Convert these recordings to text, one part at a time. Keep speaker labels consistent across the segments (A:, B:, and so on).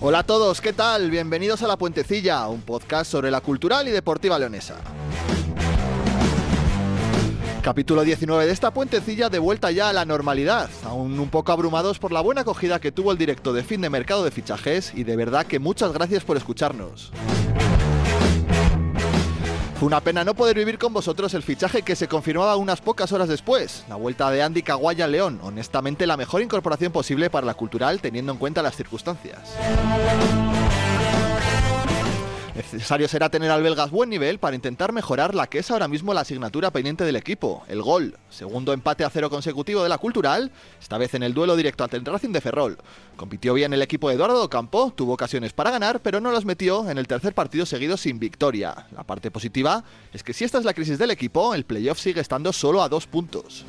A: Hola a todos, ¿qué tal? Bienvenidos a La Puentecilla, un podcast sobre la cultural y deportiva leonesa. Capítulo 19 de esta puentecilla de vuelta ya a la normalidad, aún un poco abrumados por la buena acogida que tuvo el directo de fin de mercado de fichajes y de verdad que muchas gracias por escucharnos. Fue una pena no poder vivir con vosotros el fichaje que se confirmaba unas pocas horas después, la vuelta de Andy Caguaya al León, honestamente la mejor incorporación posible para la cultural teniendo en cuenta las circunstancias. Necesario será tener al belgas buen nivel para intentar mejorar la que es ahora mismo la asignatura pendiente del equipo, el gol. Segundo empate a cero consecutivo de la Cultural, esta vez en el duelo directo ante el Racing de Ferrol. Compitió bien el equipo de Eduardo Campo, tuvo ocasiones para ganar, pero no las metió en el tercer partido seguido sin victoria. La parte positiva es que si esta es la crisis del equipo, el playoff sigue estando solo a dos puntos.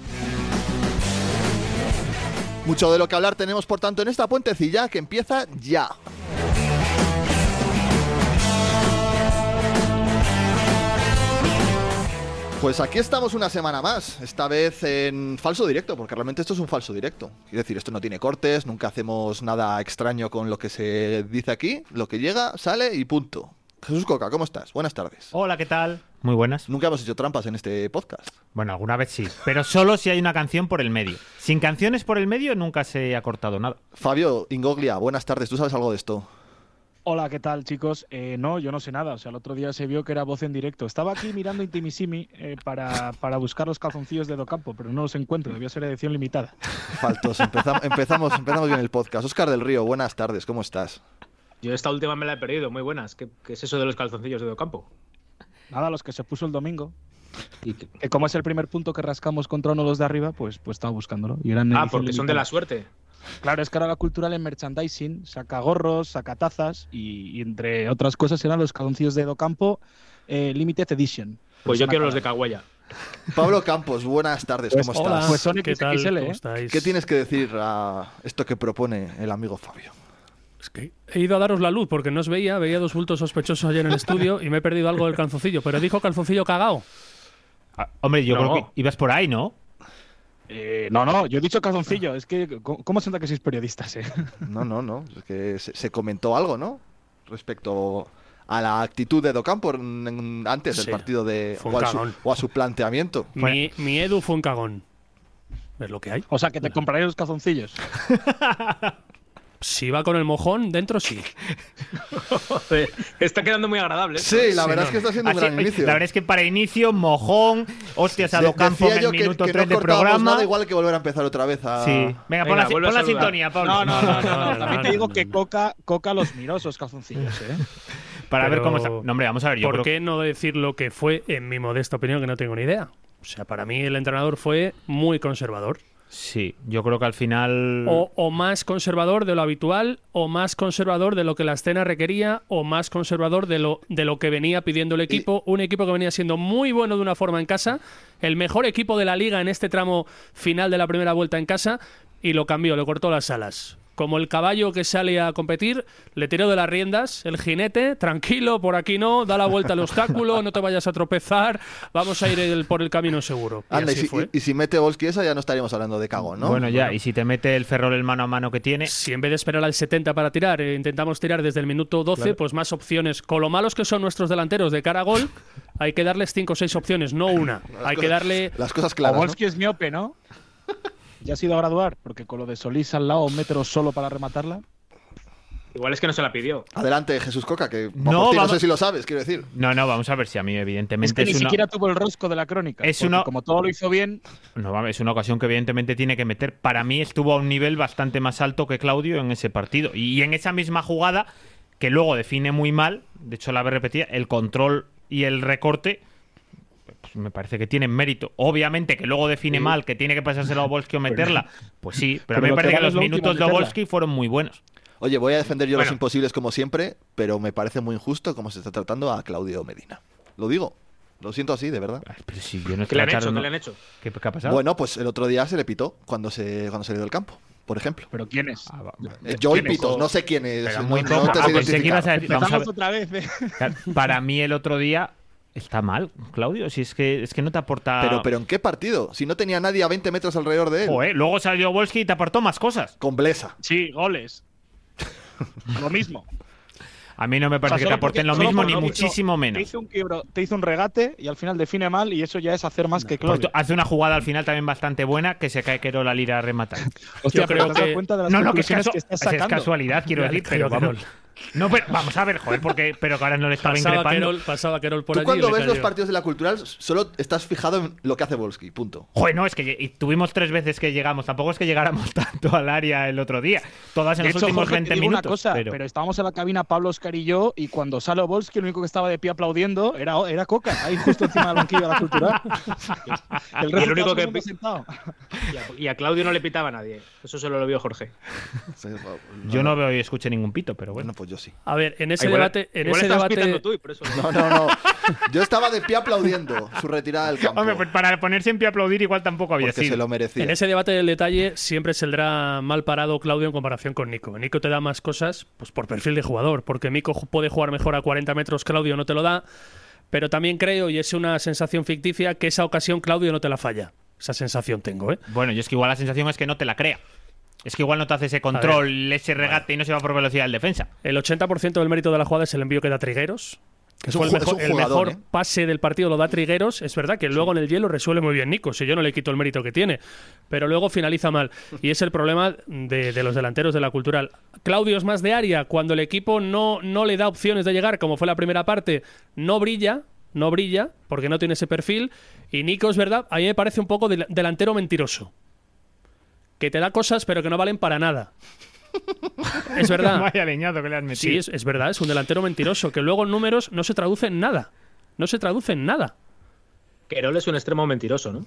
A: Mucho de lo que hablar tenemos por tanto en esta puentecilla que empieza ya. Pues aquí estamos una semana más, esta vez en falso directo, porque realmente esto es un falso directo. Es decir, esto no tiene cortes, nunca hacemos nada extraño con lo que se dice aquí, lo que llega, sale y punto. Jesús Coca, ¿cómo estás? Buenas tardes.
B: Hola, ¿qué tal? Muy buenas.
A: Nunca hemos hecho trampas en este podcast.
B: Bueno, alguna vez sí, pero solo si hay una canción por el medio. Sin canciones por el medio nunca se ha cortado nada.
A: Fabio Ingoglia, buenas tardes, ¿tú sabes algo de esto?
C: Hola, ¿qué tal, chicos? Eh, no, yo no sé nada. O sea, el otro día se vio que era voz en directo. Estaba aquí mirando Intimisimi eh, para, para, buscar los calzoncillos de Docampo, pero no los encuentro. Debió ser edición limitada.
A: Faltos. Empezamos, empezamos, empezamos bien el podcast. Oscar del Río, buenas tardes. ¿Cómo estás?
D: Yo esta última me la he perdido. Muy buenas. ¿Qué, qué es eso de los calzoncillos de Docampo?
C: Nada, los que se puso el domingo. Y que, que como es el primer punto que rascamos contra uno los de arriba, pues, pues estaba buscándolo. Y
D: eran ah, porque limitada. son de la suerte.
C: Claro, es que ahora la cultural en merchandising saca gorros, saca tazas y, y entre otras cosas eran los calzoncillos de Docampo eh, Limited Edition.
D: Pues yo quiero cara. los de Caguaya.
A: Pablo Campos, buenas tardes, ¿cómo
E: pues,
A: estás?
E: Hola, pues son ¿qué tal? XXL, ¿eh?
A: ¿Cómo ¿Qué tienes que decir a esto que propone el amigo Fabio?
E: Es que he ido a daros la luz porque no os veía, veía dos bultos sospechosos ayer en el estudio y me he perdido algo del calzoncillo, pero dijo calzoncillo cagao.
B: Ah, hombre, yo no. creo que ibas por ahí, ¿no?
C: Eh, no, no, yo he dicho calzoncillo. Es que, ¿cómo se nota que sois periodistas? Eh?
A: No, no, no. Es que se, se, comentó algo, ¿no? Respecto a la actitud de Docampo antes del sí. partido de.
E: Fue un o, cagón.
A: A su, o, a su, planteamiento.
E: Mi,
C: Pues
E: mi, Edu fue un cagón. Es lo que hay.
C: O sea, que te bueno. compraré los calzoncillos.
E: si va con el mojón, dentro sí.
D: está quedando muy agradable. ¿eh?
A: Sí, la verdad sí, es que está siendo un gran inicio.
B: La verdad es que para inicio, mojón, hostias a Docampo en el minuto
A: que, que
B: 3
A: no
B: de programa.
A: Nada, igual que volver a empezar otra vez a...
B: Sí. Venga, Venga pon, la, pon la sintonía, Pablo.
C: No, no, no. no, no
B: Ah,
C: También te digo que Coca, Coca los miró esos calzoncillos, ¿eh?
B: Para Pero... ver cómo está. No, hombre, vamos a ver. Yo
E: ¿Por
B: creo...
E: qué no decir lo que fue, en mi modesta opinión, que no tengo ni idea? O sea, para mí el entrenador fue muy conservador.
B: Sí, yo creo que al final.
E: O, o, más conservador de lo habitual, o más conservador de lo que la escena requería, o más conservador de lo, de lo que venía pidiendo el equipo. Y... Un equipo que venía siendo muy bueno de una forma en casa, el mejor equipo de la liga en este tramo final de la primera vuelta en casa, y lo cambió, le cortó las alas. como el caballo que sale a competir, le tiró de las riendas, el jinete, tranquilo, por aquí no, da la vuelta al obstáculo, no te vayas a tropezar, vamos a ir el- por el camino seguro. Y
A: Anda, y,
E: así
A: si,
E: fue.
A: y- y si mete Volsky esa ya no estaríamos hablando de cagón, ¿no?
B: Bueno, ya, y si te mete el Ferrol el mano a mano que tiene,
E: Eh, Si en vez de esperar al 70 para tirar, eh, intentamos tirar desde el minuto 12, pues más opciones. Con lo malos que son nuestros delanteros de cara a gol, hay que darles 5 o 6 opciones, no una. Hay que darle.
A: Las cosas claras. ¿no?
C: Obolski es miope, ¿no? Ya se ha ido a graduar, porque con lo de Solís al lado, un metro solo para rematarla.
D: Igual es que no se la pidió.
A: Adelante, Jesús Coca, que por
B: No,
A: ti, no
B: vamos-
A: sé si lo sabes, quiero decir.
B: no, no, vamos a ver si a mí
C: Es
B: evidentemente
C: que
B: es,
C: ni
B: una,
C: siquiera tuvo el rosco de la crónica.
B: Es
C: porque
B: una-
C: Como todo lo hizo bien,
B: no, vamos, es una ocasión que evidentemente tiene que meter. Para mí estuvo a un nivel bastante más alto que Claudio en ese partido y, en esa misma jugada que luego define muy mal, de hecho la ve repetida, el control y el recorte. pues, me parece que tienen mérito. Obviamente que luego define mal, que tiene que pasársela a Obolski o meterla. Pues sí, pero,
C: pero
B: a mí me
C: lo que
B: parece que
C: vale
B: los
C: es lo último,
B: minutos de
C: meterla.
B: Obolski fueron muy buenos.
A: Oye, voy a defender yo los
B: Bueno.
A: imposibles como siempre, pero me parece muy injusto cómo se está tratando a Claudio Medina. Lo digo, lo siento así, de verdad.
B: Ay, Pero si yo no
D: ¿Qué le han
B: estoy a
D: hecho?
B: cargo,
D: ¿Qué
B: no-
D: le han hecho?
B: ¿Qué- qué ha pasado?
A: Bueno, pues el otro día se le pitó cuando se cuando salió del campo, por ejemplo.
C: pero ¿quién es?
B: Ah, va- va-
A: Eh, Joey
C: ¿Quién es?
A: Pitos, no sé quién es.
B: Pero
A: no-
B: muy
A: no
B: poco.
A: te
B: Ah,
A: sé
B: pensé que
A: identificar.
B: ibas a decir. Vamos a
C: Empezamos
B: ver.
C: otra vez. ¿eh?
B: Claro, Para mí el otro día está mal, Claudio. Si es que es que no te aporta.
A: Pero, pero ¿en qué partido? Si no tenía nadie a 20 metros alrededor de él.
B: Joder, luego salió Wolski y te aportó más cosas.
A: Con Blesa.
C: Sí, goles. Lo mismo.
B: A mí no me parece
C: O sea,
B: que te
C: solo porque-
B: aporten lo
C: solo
B: mismo
C: por
B: ni
C: lo visto,
B: muchísimo
C: Te
B: menos.
C: hizo, un quiebro, te hizo un regate y al final define mal y eso ya es hacer más que
B: Por
C: Claudio.
B: tu- hace una jugada al final también bastante buena que se cae Quero la lira a rematar.
C: Hostia, pero
E: yo creo
C: te has dado
E: que-
C: cuenta de las
B: No, no, ah, que es,
C: conclusiones
B: casu-
C: que estás
B: es
C: sacando.
B: casualidad, quiero
E: Claro,
B: decir, pero
E: Quero,
B: vamos. No, pero vamos a ver, joder, porque pero que ahora no le estaba
E: Pasaba
B: increpando.
E: Querol, pasaba Querol por
A: Tú
E: allí. y
A: cuando
E: le
A: ves los
E: cayó.
A: partidos de la cultural solo estás fijado en lo que hace Volsky, punto.
B: Joder, no, es que lle- y tuvimos tres veces que llegamos. Tampoco es que llegáramos tanto al área el otro día. Todas en
C: De
B: los
C: hecho,
B: últimos
C: Jorge, te
B: 20
C: digo
B: minutos.
C: una cosa, pero... estábamos en la cabina Pablo Oscar y yo y cuando sale Obolski el único que estaba de pie aplaudiendo era, era Coca, ahí justo encima del banquillo de la cultural. El
D: Y el
C: resto
D: único
C: estaba
D: que-
C: siendo sentado.
D: Y a, y a Claudio no le pitaba a nadie. Eso solo lo vio Jorge.
A: Sí, no,
B: Yo no veo y escuché ningún pito, pero bueno.
A: Bueno, pues yo sí.
E: A ver, en ese
D: Ah, igual-
E: debate. En
D: igual
E: ese
D: estabas
E: debate
D: pitando tú y por eso.
A: No, no, no. Yo estaba de pie aplaudiendo su retirada del campo.
B: Hombre, pues para ponerse en pie a aplaudir igual tampoco había
A: porque se
B: sido.
A: lo merecía.
E: En ese debate del detalle siempre saldrá mal parado Claudio en comparación con Nico. Nico te da más cosas pues por perfil de jugador, porque Nico ju- puede jugar mejor a 40 metros, Claudio no te lo da, pero también creo, y es una sensación ficticia, que esa ocasión Claudio no te la falla. Esa sensación tengo, ¿eh?
B: Bueno, yo es que igual la sensación es que no te la crea. Es que igual no te hace ese control, ese regate y no se va por velocidad el defensa.
E: El 80% del mérito de la jugada es el envío que da Trigueros. Que
A: Es
E: fue
A: un
E: el
A: ju-
E: mejor,
A: es un
E: el
A: jugador,
E: mejor
A: ¿eh?
E: pase del partido lo da Trigueros. Es verdad que luego en el hielo resuelve muy bien Nico, si yo no le quito el mérito que tiene. Pero luego finaliza mal. Y es el problema de, de los delanteros de la cultural. Claudio es más de área. Cuando el equipo no, no le da opciones de llegar, como fue la primera parte, no brilla. No brilla porque no tiene ese perfil. Y Nico es verdad, a mí me parece un poco del- delantero mentiroso. Que te da cosas pero que no valen para nada. Es verdad.
B: Vaya leñado que le han metido.
E: Sí, es, es verdad, es un delantero mentiroso, que luego en números no se traduce en nada. No se traduce en nada.
D: Querol es un extremo mentiroso, ¿no?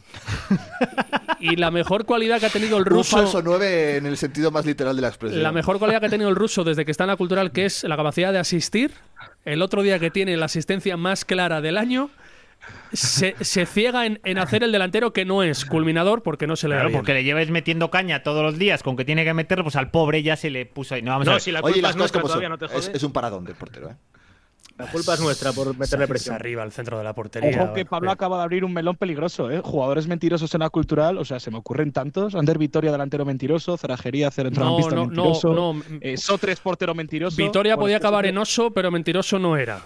E: Y la mejor cualidad que ha tenido el
A: Un falso
E: ruso.
A: 9 en el sentido más literal de la expresión.
E: La mejor cualidad que ha tenido el ruso desde que está en la cultural, que es la capacidad de asistir. El otro día que tiene la asistencia más clara del año, se, se ciega en, en hacer el delantero que no es culminador porque no se le da
B: Claro,
E: bien.
B: porque le lleves metiendo caña todos los días con que tiene que meter, pues al pobre ya se le puso ahí. No, vamos a
D: No,
B: ver.
D: si la culpa
A: Oye, y las
D: es
A: cosas
D: nuestra
A: como
D: todavía,
A: son.
D: no te jodes.
A: Es, es un paradón del portero, ¿eh?
D: La culpa es nuestra por meterle
E: Se
D: presión.
E: arriba al centro de la portería.
C: Ojo que Pablo acaba de abrir un melón peligroso, ¿eh? Jugadores mentirosos en la cultural, o sea, se me ocurren tantos. Ander Vitoria, delantero mentiroso. Zarajería, centrocampista
E: No, no, no,
C: mentiroso.
E: no.
C: Eh, Sotres, portero mentiroso.
E: Eh, Vitoria
C: Bueno,
E: podía
C: es que
E: acabar
C: siempre-
E: en oso, pero mentiroso no era.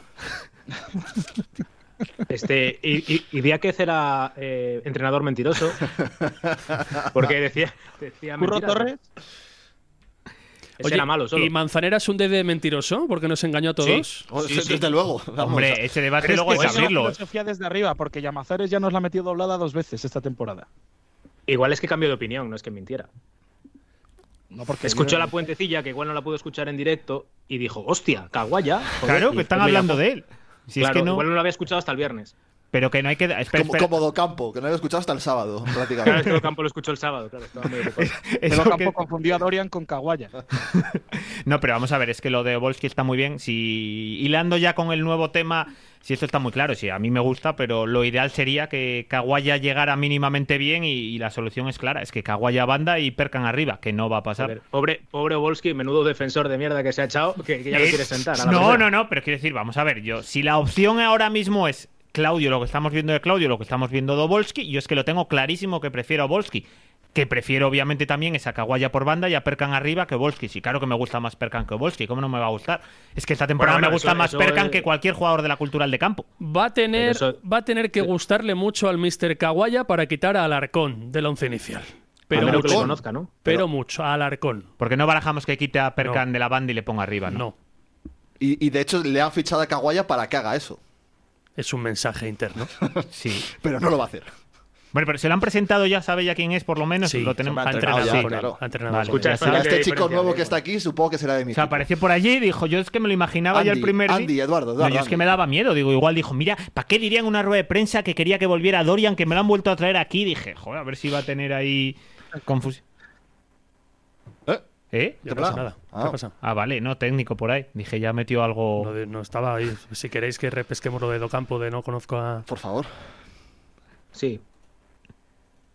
D: Este, y, y, y Diáquez era eh, entrenador mentiroso. Porque decía. decía
C: Curro
D: mentiras.
C: Torres,
D: Ese era malo solo.
E: ¿Y Manzanera es un DD mentiroso? Porque nos engañó a todos.
A: Oh,
D: Sí,
A: sí,
D: sí.
A: Desde luego. Vamos,
B: Hombre, ese debate
C: Pero
B: luego
C: es
B: es,
C: que esa es una
B: abrirlo. ¿eh?
C: filosofía desde arriba, porque Llamazares ya nos la ha metido doblada dos veces esta temporada.
D: Igual es que cambió de opinión, no es que mintiera.
C: No porque
D: Escuchó
C: yo-
D: la puentecilla, que igual no la pudo escuchar en directo, y dijo, hostia, Caguaya.
B: Claro, que están hablando de él. Si es
D: Pues claro,
B: que no.
D: igual no lo había escuchado hasta el viernes.
B: Pero que no hay que. Espera,
A: como,
B: espera.
A: como Docampo, que no lo he escuchado hasta el sábado,
D: Claro, es
A: prácticamente.
D: que el campo lo escuchó el sábado, claro, estaba muy ocupado.
C: Pero
B: Eso
C: Campo
B: que-
C: confundió a Dorian con Kawaya.
B: No, pero vamos a ver, es que lo de Volsky está muy bien. Si hilando ya con el nuevo tema, si esto está muy claro, sí, a mí me gusta, pero lo ideal sería que Kawaya llegara mínimamente bien y, y la solución es clara, es que Kawaya banda y Perkan arriba, que no va a pasar.
D: Joder, pobre, pobre Wolski, menudo defensor de mierda que se ha echado, que, que ya lo
B: Eh,
D: quiere sentar. a la
B: No,
D: primera.
B: no, no, pero quiero decir, vamos a ver, yo, si la opción ahora mismo es Claudio, lo que estamos viendo de Claudio, lo que estamos viendo de Obolski, yo es que lo tengo clarísimo que prefiero a Obolski. Que prefiero, obviamente, también es a Kawaya por banda y a Perkan arriba que Volsky. Sí, claro que me gusta más Perkan que Volsky. ¿Cómo no me va a gustar? Es que esta temporada
D: Bueno, bueno,
B: me gusta
D: eso-
B: más
D: eso
B: Perkan
D: es-
B: que cualquier jugador de la cultural de campo.
E: Va a tener,
D: Pero eso-
E: va a tener que gustarle mucho al Mr. Kawaya para quitar a Alarcón del once inicial. Pero,
D: a menos que
E: mucho,
D: lo
A: Ocon.
D: conozca, ¿no?
E: pero mucho, a Alarcón.
B: Porque no barajamos que quite a Perkan de la banda y le ponga arriba, ¿no?
E: No,
A: y, y de hecho le han fichado a Kawaya para que haga eso.
E: es un mensaje interno.
B: Sí.
A: Pero no lo va a hacer.
B: Bueno, pero se lo han presentado ya, sabe ya quién es, por lo menos.
E: Sí,
B: lo
E: se
A: me
B: tenemos
A: ha
B: ha
A: entrenado
B: entrenado
A: ya,
B: sí.
A: claro.
E: eh. Ha entrenado
B: Vale,
E: con
D: escucha,
E: él.
D: espera,
A: Mira,
D: que
A: este
D: hay
A: chico
D: diferencia,
A: nuevo
D: hay
A: que está aquí, supongo que será de mi
B: O sea,
A: equipo.
B: apareció por allí y dijo, yo es que me lo imaginaba ya el
A: Andy,
B: primer día.
A: Andy, Eduardo,
B: No,
A: Eduardo,
B: yo es que
A: Andy.
B: me daba miedo, digo, igual dijo, mira, ¿para qué dirían una rueda de prensa que quería que volviera Dorian, que me lo han vuelto a traer aquí? Dije, joder, a ver si va a tener ahí confusión.
A: ¿Eh?
B: ¿Eh?
E: Ya
A: ¿Qué
E: pasa
A: pasa?
E: nada.
A: Ah.
E: ¿Qué pasa?
B: Ah, vale, no, técnico por ahí. Dije, ya metió algo...
E: No, de- no estaba ahí. Si queréis que repesquemos lo de Docampo de no conozco a.
A: Por favor.
D: Sí.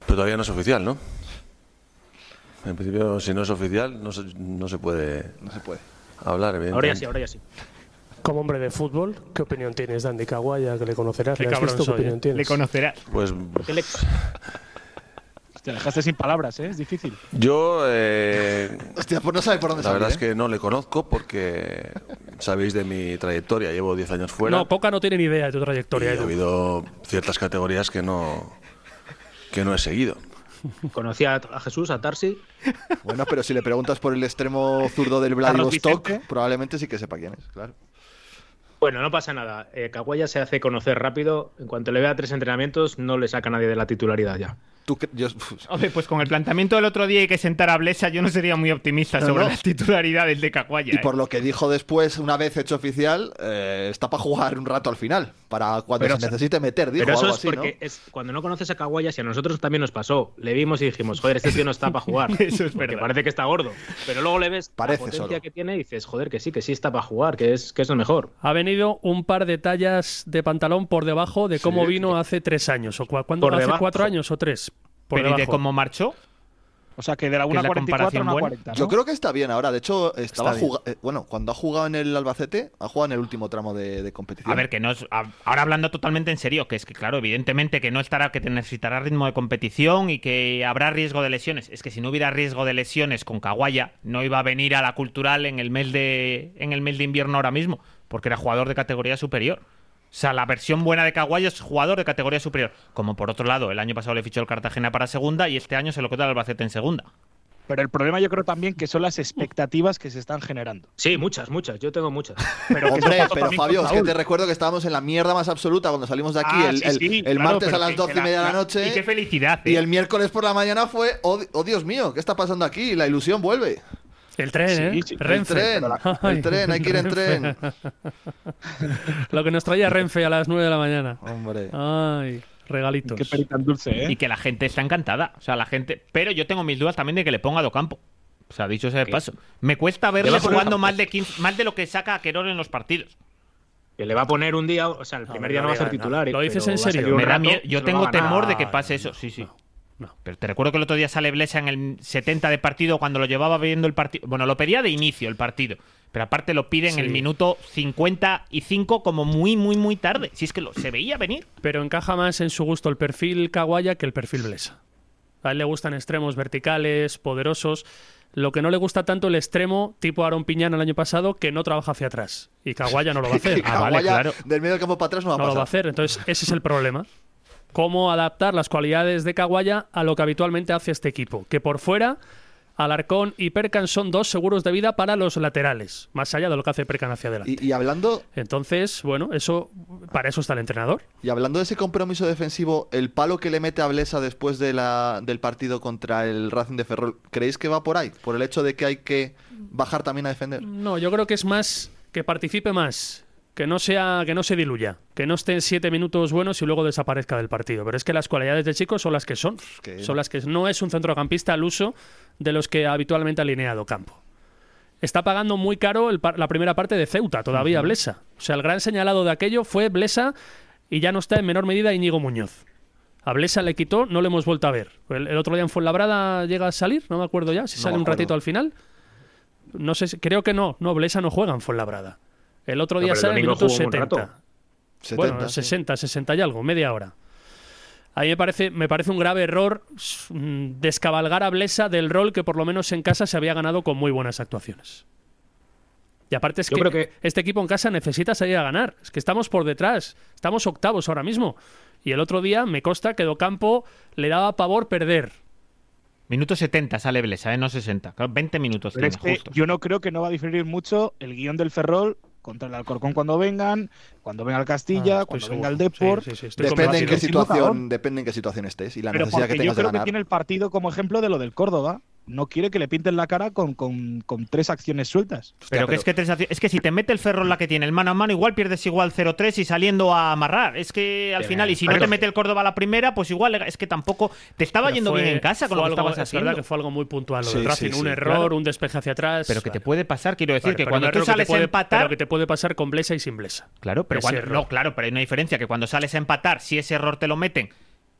F: Pero todavía no es oficial, ¿no? En principio, si no es oficial, no se, no se puede
A: No se puede.
F: hablar.
D: Ahora ya
F: evidentemente.
D: sí, ahora ya sí.
G: Como hombre de fútbol, ¿qué opinión tienes de Andy Kawaya, que le conocerás?
E: Qué
G: ¿Le has
E: cabrón
G: visto? ¿Qué
E: soy,
G: opinión
E: eh.
B: Le
G: tienes?
B: conocerá.
F: Pues
D: El ex-
C: Te dejaste sin palabras, ¿eh? Es difícil.
F: yo, eh,
A: Hostia, pues no sabe por dónde
F: la
A: salir,
F: verdad es
A: ¿eh?
F: que no le conozco porque sabéis de mi trayectoria. Llevo 10 años fuera.
E: No, Coca no tiene ni idea de tu
F: y
E: trayectoria,
F: ha
E: Edu.
F: habido ciertas categorías que no, que no he seguido.
D: Conocía a Jesús, a Tarsi.
A: Bueno, pero si le preguntas por el extremo zurdo del
C: Carlos
A: Vladivostok,
C: Vicente.
A: probablemente sí que sepa quién es, claro.
D: Bueno, no pasa nada. Eh, Kawaya se hace conocer rápido. En cuanto le vea tres entrenamientos, no le saca nadie de la titularidad ya.
A: Tú cre- yo-
C: Oh,
B: Hombre, pues con el planteamiento del otro día y que sentar a Blesa, yo no sería muy optimista
A: No,
B: sobre
A: no.
B: las titularidades de ¿eh? Cacuaya.
A: y por lo que dijo después, una vez hecho oficial, eh, está para jugar un rato al final, para cuando
D: Pero
A: se
D: eso-
A: necesite meter, dijo
D: Pero eso
A: algo
D: es
A: así,
D: porque
A: ¿no?
D: es, cuando no conoces a Kawaya, si a nosotros también nos pasó, le vimos y dijimos, joder, este tío no está para jugar.
B: Eso es
D: Porque
B: verdad.
D: parece que está gordo. Pero luego le ves
A: Parece
D: la potencia
A: solo.
D: que tiene y dices, joder, que sí, que sí está para jugar, que es, que es lo mejor.
E: Ha venido un par de tallas de pantalón por debajo de cómo vino hace tres años. o cua- ¿Cuándo?
D: Por
E: ¿Hace
D: debajo.
E: cuatro años o tres? Por
B: Pero ¿y de
E: debajo.
B: cómo marchó?
C: O sea, que de la
B: Que es la
C: 1.44 a
B: comparación
C: una
B: buena.
C: 40. ¿no?
A: Yo creo que está bien ahora. De hecho, estaba
B: Está bien.
A: juga- eh, bueno, cuando ha jugado en el Albacete, ha jugado en el último tramo de, de competición.
B: A ver, que no es. a- Ahora hablando totalmente en serio, que es que, claro, evidentemente que no estará, que te necesitará ritmo de competición y que habrá riesgo de lesiones. Es que si no hubiera riesgo de lesiones con Kawaya, no iba a venir a la cultural en el mes de, en el mes de invierno ahora mismo, porque era jugador de categoría superior. O sea, la versión buena de Kawaya es jugador de categoría superior. Como por otro lado, el año pasado le fichó el Cartagena para segunda y este año se lo queda el Albacete en segunda.
C: Pero el problema yo creo también que son las expectativas que se están generando.
D: Sí, muchas, muchas. Yo tengo muchas.
C: Pero que eso
A: Hombre,
C: pasó
A: pero
C: también
A: Fabio,
C: con
A: es que
C: Saúl.
A: te recuerdo que estábamos en la mierda más absoluta cuando salimos de aquí
C: Ah,
A: el,
C: sí,
A: el-
C: sí,
A: el
C: claro,
A: martes a
C: pero
A: las
C: que-
A: doce y
C: que la-
A: media de la
C: la-
A: noche.
B: Y qué felicidad.
A: Y
B: ¿eh?
A: el miércoles por la mañana fue, oh, di- oh, Dios mío, ¿qué está pasando aquí? La ilusión vuelve.
E: El tren,
C: Sí,
E: ¿eh?
C: sí, el
E: Renfe.
A: El tren, el
E: Ay,
A: tren, hay que ir en tren.
E: Lo que nos traía Renfe a las nueve de la mañana.
A: Hombre.
E: Ay, regalitos.
C: Qué peli tan dulce, ¿eh?
B: y que la gente está encantada. O sea, la gente. Pero yo tengo mis dudas también de que le ponga a Docampo. O sea, dicho sea de paso. Me cuesta verle
D: Debajo de
B: jugando
D: Docampo.
B: más de 15 más de lo que saca a Querol en los partidos.
D: Que le va a poner un día, o sea, el primer
E: no
D: día no va a
E: diga,
D: ser
E: no.
D: titular.
E: ¿Lo
D: pero
E: dices
D: va
E: en
D: a
E: serio?
D: seguir un
B: Me da
D: rato,
B: miedo.
D: se
B: Yo
D: lo va
B: tengo
D: a ganar.
B: temor de que pase eso. Sí, sí. Pero te recuerdo que el otro día sale Blesa en el 70 de partido cuando lo llevaba viendo el partido. Bueno, lo pedía de inicio el partido. Pero aparte lo pide en
E: Sí.
B: el minuto 55 como muy, muy, muy tarde. Si es que lo, se veía venir.
E: Pero encaja más en su gusto el perfil Kawaya que el perfil Blesa. A él le gustan extremos verticales, poderosos. Lo que no le gusta tanto el extremo tipo Aaron Piñán el año pasado que no trabaja hacia atrás. Y Kawaya no lo va a hacer.
B: Ah, vale,
A: Kawaya
B: claro.
A: Del medio del campo para atrás no va a
E: no lo
A: pasar.
E: va a hacer. Entonces, ese es el problema. Cómo adaptar las cualidades de Kawaya a lo que habitualmente hace este equipo. Que por fuera, Alarcón y Perkan son dos seguros de vida para los laterales, más allá de lo que hace Perkan hacia adelante.
A: Y, y hablando,
E: Entonces, bueno, eso para eso está el entrenador.
A: y hablando de ese compromiso defensivo, el palo que le mete a Blesa después de la, del partido contra el Racing de Ferrol, ¿creéis que va por ahí? Por el
E: Mm.
A: hecho de que hay que bajar también a defender.
E: No, yo creo que es más que participe más que no sea que no se diluya, que no esté en siete minutos buenos y luego desaparezca del partido. Pero es que las cualidades de Chico son las que son,
A: que-
E: son las que no es un centrocampista al uso de los que habitualmente ha alineado campo. Está pagando muy caro el par- la primera parte de Ceuta, todavía Blesa. O sea, el gran señalado de aquello fue Blesa y ya no está en menor medida Íñigo Muñoz. A Blesa le quitó, no lo hemos vuelto a ver. El, el otro día en Fuenlabrada llega a salir, no me acuerdo ya, si
A: No
E: sale
A: me
E: un
A: acuerdo.
E: ratito al final. No sé, si- creo que no, no, Blesa no juega en Fuenlabrada. El otro
D: No, pero
E: día
D: el
E: sale en
D: domingo
E: minuto
D: jugó un
E: 70.
D: rato.
E: Bueno, 60, 60 y algo, media hora. A mí me parece, me parece un grave error s- mm, descabalgar a Blesa del rol que por lo menos en casa se había ganado con muy buenas actuaciones. Y aparte es
D: Yo
E: que,
D: creo que-
E: este equipo en casa necesita salir a ganar. Es que estamos por detrás, estamos octavos ahora mismo. Y el otro día me consta que Docampo le daba pavor perder.
B: Minuto 70 sale Blesa, ¿eh? no 60. Claro, 20 minutos
C: Pero
B: tiene,
C: es que
B: justo.
C: yo no creo que no va a diferir mucho el guión del Ferrol contra el Alcorcón cuando vengan, cuando venga el Castilla,
E: Ah, estoy
C: cuando
E: seguro.
C: venga el Deport.
E: Sí, sí, sí, estoy
A: Depende en,
E: convencido.
A: qué
C: Siendo
A: situación,
C: cabrón.
A: depende en qué situación estés y la
C: Pero
A: necesidad
C: porque
A: que
C: yo
A: tengas de
C: creo que
A: ganar.
C: tiene el partido como ejemplo de lo del Córdoba. No quiere que le pinten la cara con, con- con tres acciones sueltas.
A: Hostia,
B: Pero que
A: pero-
B: es que tres acciones- es que si te mete el ferrol la que tiene el mano a mano, igual pierdes igual 0-3 y saliendo a amarrar. Es que al
D: Pero,
B: final, y si no
D: pero-
B: te mete el Córdoba a la primera, pues igual es que tampoco te estaba
E: Pero
B: yendo
E: fue-
B: bien en casa con lo que
E: fue algo-
B: estabas
E: es verdad
B: haciendo.
E: que fue algo muy puntual lo
A: Sí,
E: del
A: sí,
E: Racing,
A: sí,
E: un error,
B: claro.
E: un despeje hacia atrás.
B: Pero que te
E: Vale.
B: puede pasar, quiero decir,
E: Vale,
B: que
E: pero
B: cuando tú
E: no creo que te
B: sales a
E: puede-
B: empatar.
E: Pero que te puede pasar con Blesa y sin Blesa.
B: Claro, pero
E: Ese
B: cuando,
E: error.
B: no, claro, pero hay una diferencia que cuando sales a empatar, si ese error te lo meten,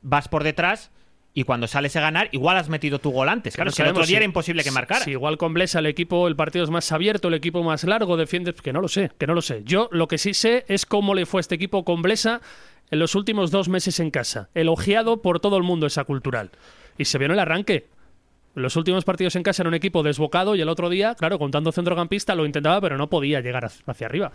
B: vas por detrás y cuando sales a ganar, igual has metido tu gol antes. Claro,
E: no
B: es que el otro
E: sabemos
B: día
E: si-
B: era imposible que
E: si-
B: marcara.
E: si igual con Blesa el equipo, el partido es más abierto, el equipo más largo, defiende. Que no lo sé, que no lo sé. Yo lo que sí sé es cómo le fue a este equipo con Blesa en los últimos dos meses en casa. Elogiado por todo el mundo esa cultural. Y se vio en el arranque. Los últimos partidos en casa era un equipo desbocado y el otro día, claro, contando centrocampista, lo intentaba, pero no podía llegar hacia hacia arriba.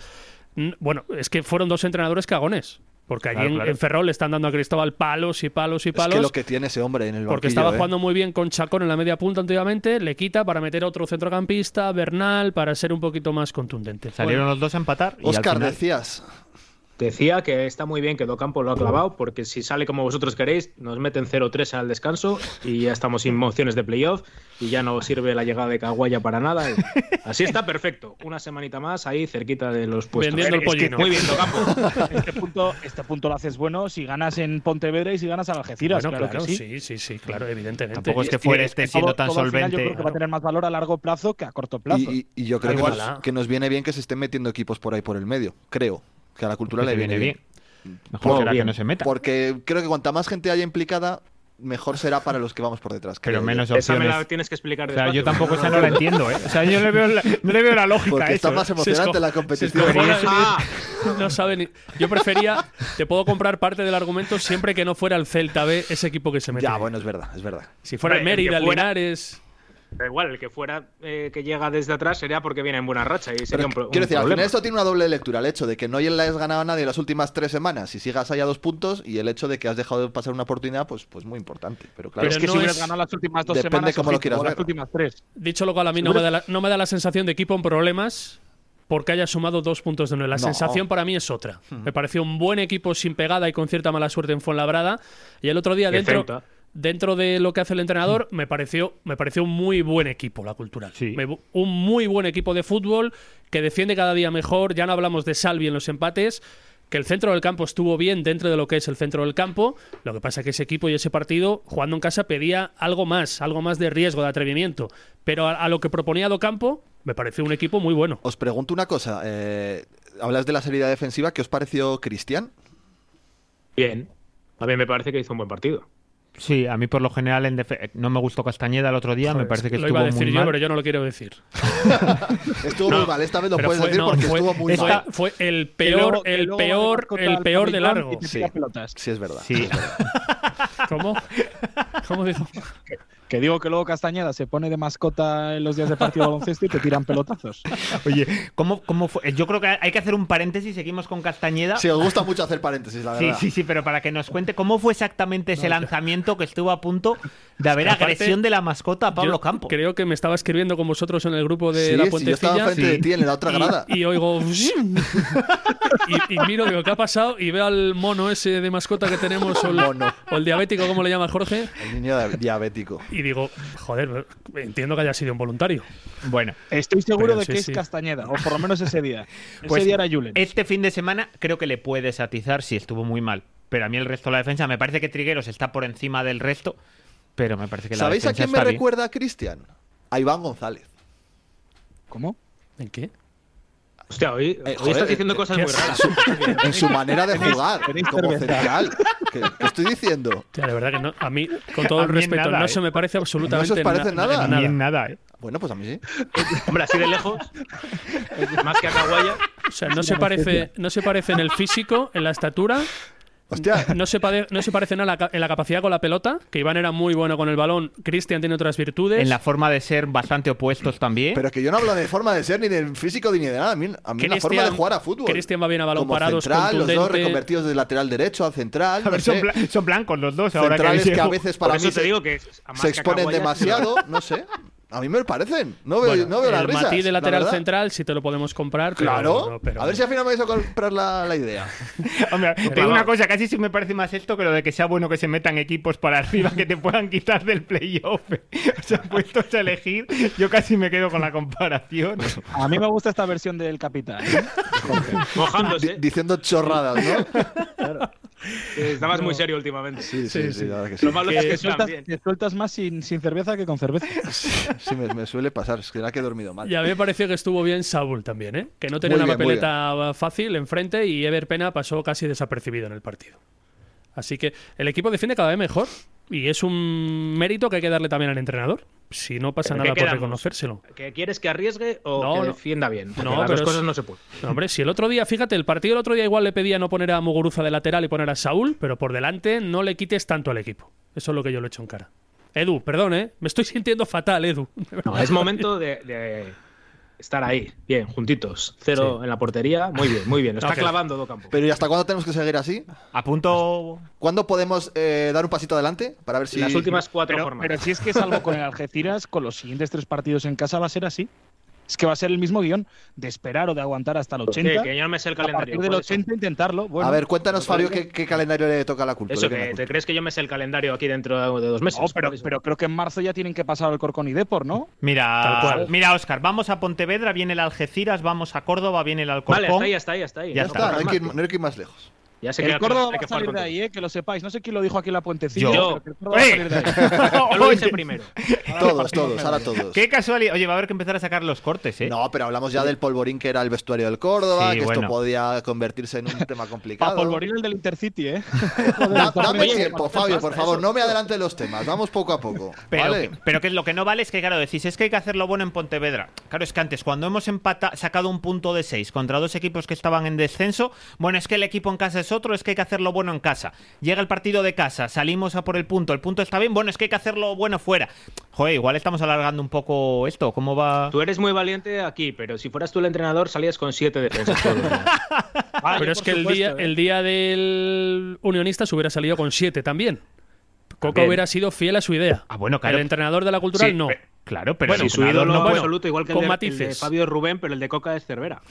E: Mm, Bueno, es que fueron dos entrenadores cagones. Porque allí
B: Claro,
E: en,
B: claro.
E: en Ferrol le están dando a Cristóbal palos y palos y
A: Es
E: palos.
A: que lo que tiene ese hombre en el banquillo.
E: Porque estaba
A: ¿eh?
E: jugando muy bien con Chacón en la media punta antiguamente, le quita para meter otro centrocampista, Bernal, para ser un poquito más contundente.
B: Salieron
E: Bueno,
B: los dos a empatar. y al
A: Óscar,
B: final-
A: decías.
D: Decía que está muy bien que Docampo lo ha clavado porque si sale como vosotros queréis, nos meten 0-3 al descanso y ya estamos sin mociones de playoff y ya no sirve la llegada de Caguaya para nada. y así está perfecto. Una semanita más ahí cerquita de los puestos.
E: Vendiendo
D: Es
E: el
D: que
E: pollino.
D: Muy bien, Docampo.
C: Este punto, este punto lo haces bueno si ganas en Pontevedra y si ganas en Algeciras.
E: bueno,
C: claro, que sí.
E: sí, sí, sí, claro, evidentemente.
B: Tampoco es que
C: Y
B: fuera
C: es
B: este
C: que
B: siendo
C: todo-
B: tan
C: todo al final
B: solvente.
C: Yo creo que va a tener más valor a largo plazo que a corto plazo.
A: Y, y- y yo creo que
E: Igual.
A: nos, que nos viene bien que se estén metiendo equipos por ahí por el medio. Creo que a la cultura le
B: Porque
A: viene,
B: viene
A: bien.
B: Mejor
D: Oh,
B: será que
D: bien.
B: no se
C: Pues
B: meta.
A: Porque creo que cuanta más gente haya implicada, mejor será para los que vamos por detrás. creo
B: Pero
A: yo.
B: menos
D: Esa me
B: opciones.
D: la tienes que explicar
B: O sea, yo
D: despacio,
B: tampoco
D: porque
B: esa no la entiendo, ¿eh? O sea, yo le veo la, no le veo la lógica.
A: Porque
B: a
A: está
B: eso,
A: más
B: ¿eh?
A: emocionante la
E: pues
A: competición.
E: escojonan.
D: Ah,
E: No sabe ni- Yo prefería, te puedo comprar parte del argumento siempre que no fuera el Celta B ese equipo que se mete.
A: Ya, bueno, es verdad, es verdad.
E: Si fuera el
D: Hombre, el que
E: Mérida, el
D: fuera-
E: Linares.
D: Da igual, el que fuera eh, que llega desde atrás sería porque viene en buena racha y sería
A: Pero
D: un, pro- un
A: quiero decir, al
D: problema.
A: final esto tiene una doble lectura. El hecho de que no le has ganado a nadie las últimas tres semanas y sigas ahí a dos puntos y el hecho de que has dejado de pasar una oportunidad, pues, pues muy importante. Pero claro,
C: es
E: Pero
C: que
E: no
C: si hubieras
E: es-
C: ganado las últimas dos
A: Depende
C: semanas,
A: cómo lo
C: ojito,
A: quieras
C: o las
A: ver.
C: últimas tres.
E: Dicho lo cual, a mí no me, da la, no me da la sensación de equipo en problemas porque haya sumado dos puntos de nueve. La
A: No.
E: sensación para mí es otra. Me pareció un buen equipo sin pegada y con cierta mala suerte en Fuenlabrada. Y el otro día,
D: Que
E: dentro,
D: Ceuta.
E: dentro de lo que hace el entrenador, me pareció, me pareció un muy buen equipo la cultural.
B: Mm. Sí.
E: Me- un muy buen equipo de fútbol que defiende cada día mejor. Ya no hablamos de Salvi en los empates. Que el centro del campo estuvo bien dentro de lo que es el centro del campo. Lo que pasa es que ese equipo y ese partido, jugando en casa, pedía algo más, algo más de riesgo, de atrevimiento. Pero a, a lo que proponía Docampo, me pareció un equipo muy bueno.
A: os pregunto una cosa. eh, hablas de la seriedad defensiva. ¿Qué os pareció Cristian?
D: Bien. A mí me parece que hizo un buen partido.
B: Sí, a mí por lo general en defe- no me gustó Castañeda el otro día, me parece que
E: lo
B: estuvo
E: iba a decir
B: muy
E: yo,
B: mal.
E: pero yo no lo quiero decir.
A: Estuvo muy mal. Esta vez lo
E: Pero
A: puedes
E: fue-
A: decir
E: no,
A: porque
E: fue-
A: estuvo muy
B: esta-
A: mal.
E: Fue el
C: Que
E: peor,
C: luego- que
E: el
C: luego va de
E: peor,
C: mascota
E: el
C: al
E: peor de
C: Alcorcón
E: largo.
C: y te
A: Sí.
C: tira pelotas.
A: Sí, es verdad.
B: Sí.
E: ¿Cómo? ¿Cómo dijo?
C: Que digo que luego Castañeda se pone de mascota en los días de partido de baloncesto y te tiran pelotazos.
B: Oye, ¿cómo, cómo fue? Yo creo que hay que hacer un paréntesis, seguimos con Castañeda.
A: Sí, os gusta mucho hacer paréntesis, la
B: Sí,
A: verdad.
B: sí, sí, pero para que nos cuente cómo fue exactamente ese lanzamiento que estuvo a punto de haber
E: Aparte,
B: agresión de la mascota a Pablo
E: Yo
B: Campo.
E: Creo que me estaba escribiendo con vosotros en el grupo de
A: Sí,
E: la
A: sí, yo estaba
E: puentecilla.
A: enfrente de ti en la otra grada.
E: Y, y oigo. y, y miro, digo, ¿qué ha pasado? Y veo al mono ese de mascota que tenemos, o el, o el diabético, ¿cómo le llama Jorge?
A: El niño di- diabético.
E: Y digo, joder, entiendo que haya sido un voluntario.
B: Bueno,
C: Estoy seguro
E: Pero
C: de
E: sí,
C: que es
E: sí.
C: Castañeda, o por lo menos ese día.
B: Pues
C: ese día era Julen.
B: Este fin de semana creo que le puedes atizar si estuvo muy mal. Pero a mí el resto de la defensa me parece que Trigueros está por encima del resto. Pero me parece que la
A: ¿Sabéis a
B: defensa
A: quién me
B: está bien.
A: recuerda Cristian? A Iván González.
C: ¿Cómo?
E: ¿En qué?
D: Hostia, hoy, hoy
A: joder,
D: estás diciendo
A: eh,
D: cosas
E: ¿qué
D: muy raras.
A: En su manera de jugar,
C: tenéis
A: como
C: cerveza.
A: central. ¿Qué, qué estoy diciendo?
E: Tía, de verdad que no, a mí, con todo
B: A
E: el
B: mí en
E: respeto,
B: nada,
E: no
B: ¿eh?
E: se me parece absolutamente
A: os parece
E: na-
A: nada?
E: en
B: Ni en nada, ¿eh?
A: Bueno, pues a mí sí.
D: Hombre, así de lejos. Más que a Caguaya.
E: O sea, no se, parece, no se parece en el físico, en la estatura,
A: Hostia,
E: no se, pade- no se parece en la, ca- en la capacidad con la pelota, que Iván era muy bueno con el balón, Cristian tiene otras virtudes.
B: En la forma de ser bastante opuestos también.
A: pero que yo no hablo de forma de ser, ni de físico, ni de nada. A mí, a mí la
E: Cristian-
A: forma de jugar a fútbol.
E: Cristian va bien a balón
A: como
E: parados,
A: central, los dos
E: contundente.
A: reconvertidos de lateral derecho al central.
B: a ver,
A: no
B: son,
A: sé.
B: bla- son blancos los dos ahora que
A: centrales que,
B: habéis
A: a
B: llegado.
A: veces para
D: Por
A: mí
D: eso te
A: se,
D: digo que a más
A: se
D: que a
A: exponen
D: Caguaya,
A: demasiado, no sé. A mí me parecen. No veo,
E: Bueno,
A: no veo las
E: el
A: risas.
E: Matí de
A: la
E: lateral
A: verdad.
E: central, si te lo podemos comprar. pero-
A: Claro.
E: no, pero-
A: a ver si al final me vais a comprar la, la idea.
B: Hombre, te digo una cosa, casi sí me parece más esto que lo de que sea bueno que se metan equipos para arriba que te puedan quitar del playoff. O sea, puestos a elegir, yo casi me quedo con la comparación.
C: A mí me gusta esta versión del capitán. ¿eh?
A: Di-
D: Mojándose.
A: diciendo chorradas, ¿no?
D: que Estabas muy serio últimamente.
A: Sí, sí, sí, la verdad que sí.
D: Lo malo es
C: Te
D: que
C: sueltas,
D: también.
C: te sueltas más sin, sin cerveza que con cerveza.
A: Sí, me, me suele pasar. Será que he dormido mal.
E: Y a mí me pareció que estuvo bien Saúl también, ¿eh? que no tenía
A: Muy
E: una
A: bien, muy
E: papeleta fácil enfrente y Ever Pena pasó casi desapercibido en el partido. Así que el equipo defiende cada vez mejor y es un mérito que hay que darle también al entrenador. Si no pasa
D: ¿Pero
E: nada
D: qué
E: por
D: quedamos?
E: reconocérselo.
D: ¿Que quieres que arriesgue o
E: No,
D: que
E: no.
D: defienda bien? Porque
E: No,
D: las
E: pero
D: dos
E: es-
D: cosas no se puede.
E: No, hombre, si el otro día, fíjate, el partido del otro día igual le pedía no poner a Muguruza de lateral y poner a Saúl, pero por delante no le quites tanto al equipo. Eso es lo que yo le echo en cara. Edu, perdón, ¿eh? Me estoy sintiendo fatal, Edu.
D: No, es momento de, de estar ahí, bien, juntitos. Cero en la portería, muy bien, muy bien. Lo está
E: Ok.
D: clavando Docampo.
A: Pero ¿y hasta cuándo tenemos que seguir así?
B: A punto
A: ¿Cuándo podemos eh, dar un pasito adelante para ver si
D: Las últimas cuatro
C: Pero,
D: jornadas.
C: pero si es que salvo con el Algeciras, con los siguientes tres partidos en casa va a ser así. Es que va a ser el mismo guión de esperar o de aguantar hasta el
D: Pues Sí,
C: 80.
D: que yo no me sé el
C: a
D: calendario.
C: partir del
D: por eso.
C: 80 intentarlo. Bueno,
A: a ver, cuéntanos, Fabio, qué, qué calendario le toca a la cultura.
D: pues, Eso,
A: que me
D: que
A: apunto.
D: te crees que yo me sé el calendario aquí dentro de dos meses.
C: no, pero,
D: por eso.
C: pero creo que en marzo ya tienen que pasar al Corcón y Depor, ¿no?
B: Mira,
E: Tal cual.
B: mira, Oscar, vamos a Pontevedra, viene el Algeciras, vamos a Córdoba, viene el Alcorcón.
D: Vale, hasta ahí, hasta ahí, hasta ahí.
B: Ya
A: Ya
B: está,
A: está,
D: Rafa,
A: no hay, que ir,
D: Martín.
A: no hay que ir más lejos.
D: Ya sé que
C: El
D: hay
C: Córdoba
D: que
C: va a
D: jugar
C: salir de
D: con
C: ahí, eh, que lo sepáis. No sé quién lo dijo aquí en la puentecilla.
D: Yo.
C: pero que el Córdoba va a
B: ¡Eh!
C: salir de ahí.
D: todo. Yo lo hice
B: Oye,
D: primero. Ah,
A: Todos, todos, ahora todos.
B: Qué casualidad. Oye, va a haber que empezar a sacar los cortes, ¿eh?
A: No, pero hablamos ya del polvorín que era el vestuario del Córdoba,
B: Sí,
A: que
B: bueno.
A: esto podía convertirse en un tema
C: Pa'
A: complicado.
C: Ah, polvorín el del Intercity, ¿eh?
A: Da- dame
D: Oye,
A: tiempo, Fabio, por favor, no me adelante los temas, vamos poco a poco.
B: Pero,
A: ¿vale?
B: que, pero que lo que no vale es que, claro, decís, es que hay que hacerlo bueno en Pontevedra. Claro, es que antes, cuando hemos empata, sacado un punto de 6 contra dos equipos que estaban en descenso, bueno, es que el equipo en casa es otro, es que hay que hacerlo bueno en casa. Llega el partido de casa, salimos a por el punto, el punto está bien, bueno, es que hay que hacerlo bueno fuera. Joder, igual estamos alargando un poco esto, ¿cómo va?
D: Tú eres muy valiente aquí, pero si fueras tú el entrenador salías con siete defensas. todos los días.
E: Pero es que el día, el día del Unionista se hubiera salido con siete también. Coco
B: También.
E: hubiera sido fiel a su idea.
B: Ah, bueno, claro.
E: El entrenador de la cultural
B: Sí,
E: no.
B: pe- claro, pero
E: Bueno,
D: Si
B: el
D: su
B: entrenador
D: ídolo
E: pues
B: no- bueno,
D: absoluto, igual que el
E: con
D: de, el de
E: matices.
D: Fabio Rubén, pero el de Coca es Cervera.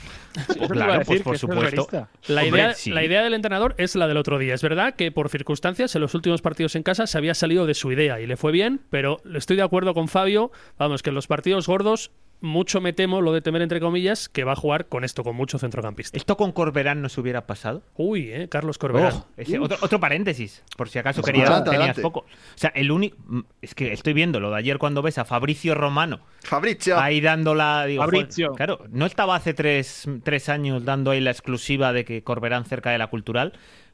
B: claro, pues por supuesto.
E: La
B: Hombre,
E: idea,
B: sí.
E: la idea del entrenador es la del otro día. Es verdad que por circunstancias en los últimos partidos en casa se había salido de su idea y le fue bien, pero estoy de acuerdo con Fabio. Vamos, que en los partidos gordos mucho me temo, lo de temer entre comillas, que va a jugar con esto, con mucho centrocampista.
B: ¿Esto con Corberán nos hubiera pasado?
E: Uy, eh, Carlos Corberán.
B: Ojo, ese otro, otro paréntesis, por si acaso
A: Pues
B: querías,
A: Oh, adelante,
B: tenías
A: adelante.
B: poco. O sea, el único. mm, Es que estoy viendo lo de ayer cuando ves a Fabricio Romano
A: Fabricio,
B: ahí dando la. Digo, joder,
C: Fabricio.
B: claro, no estaba hace tres, tres años dando ahí la exclusiva de que Corberán cerca de la cultural.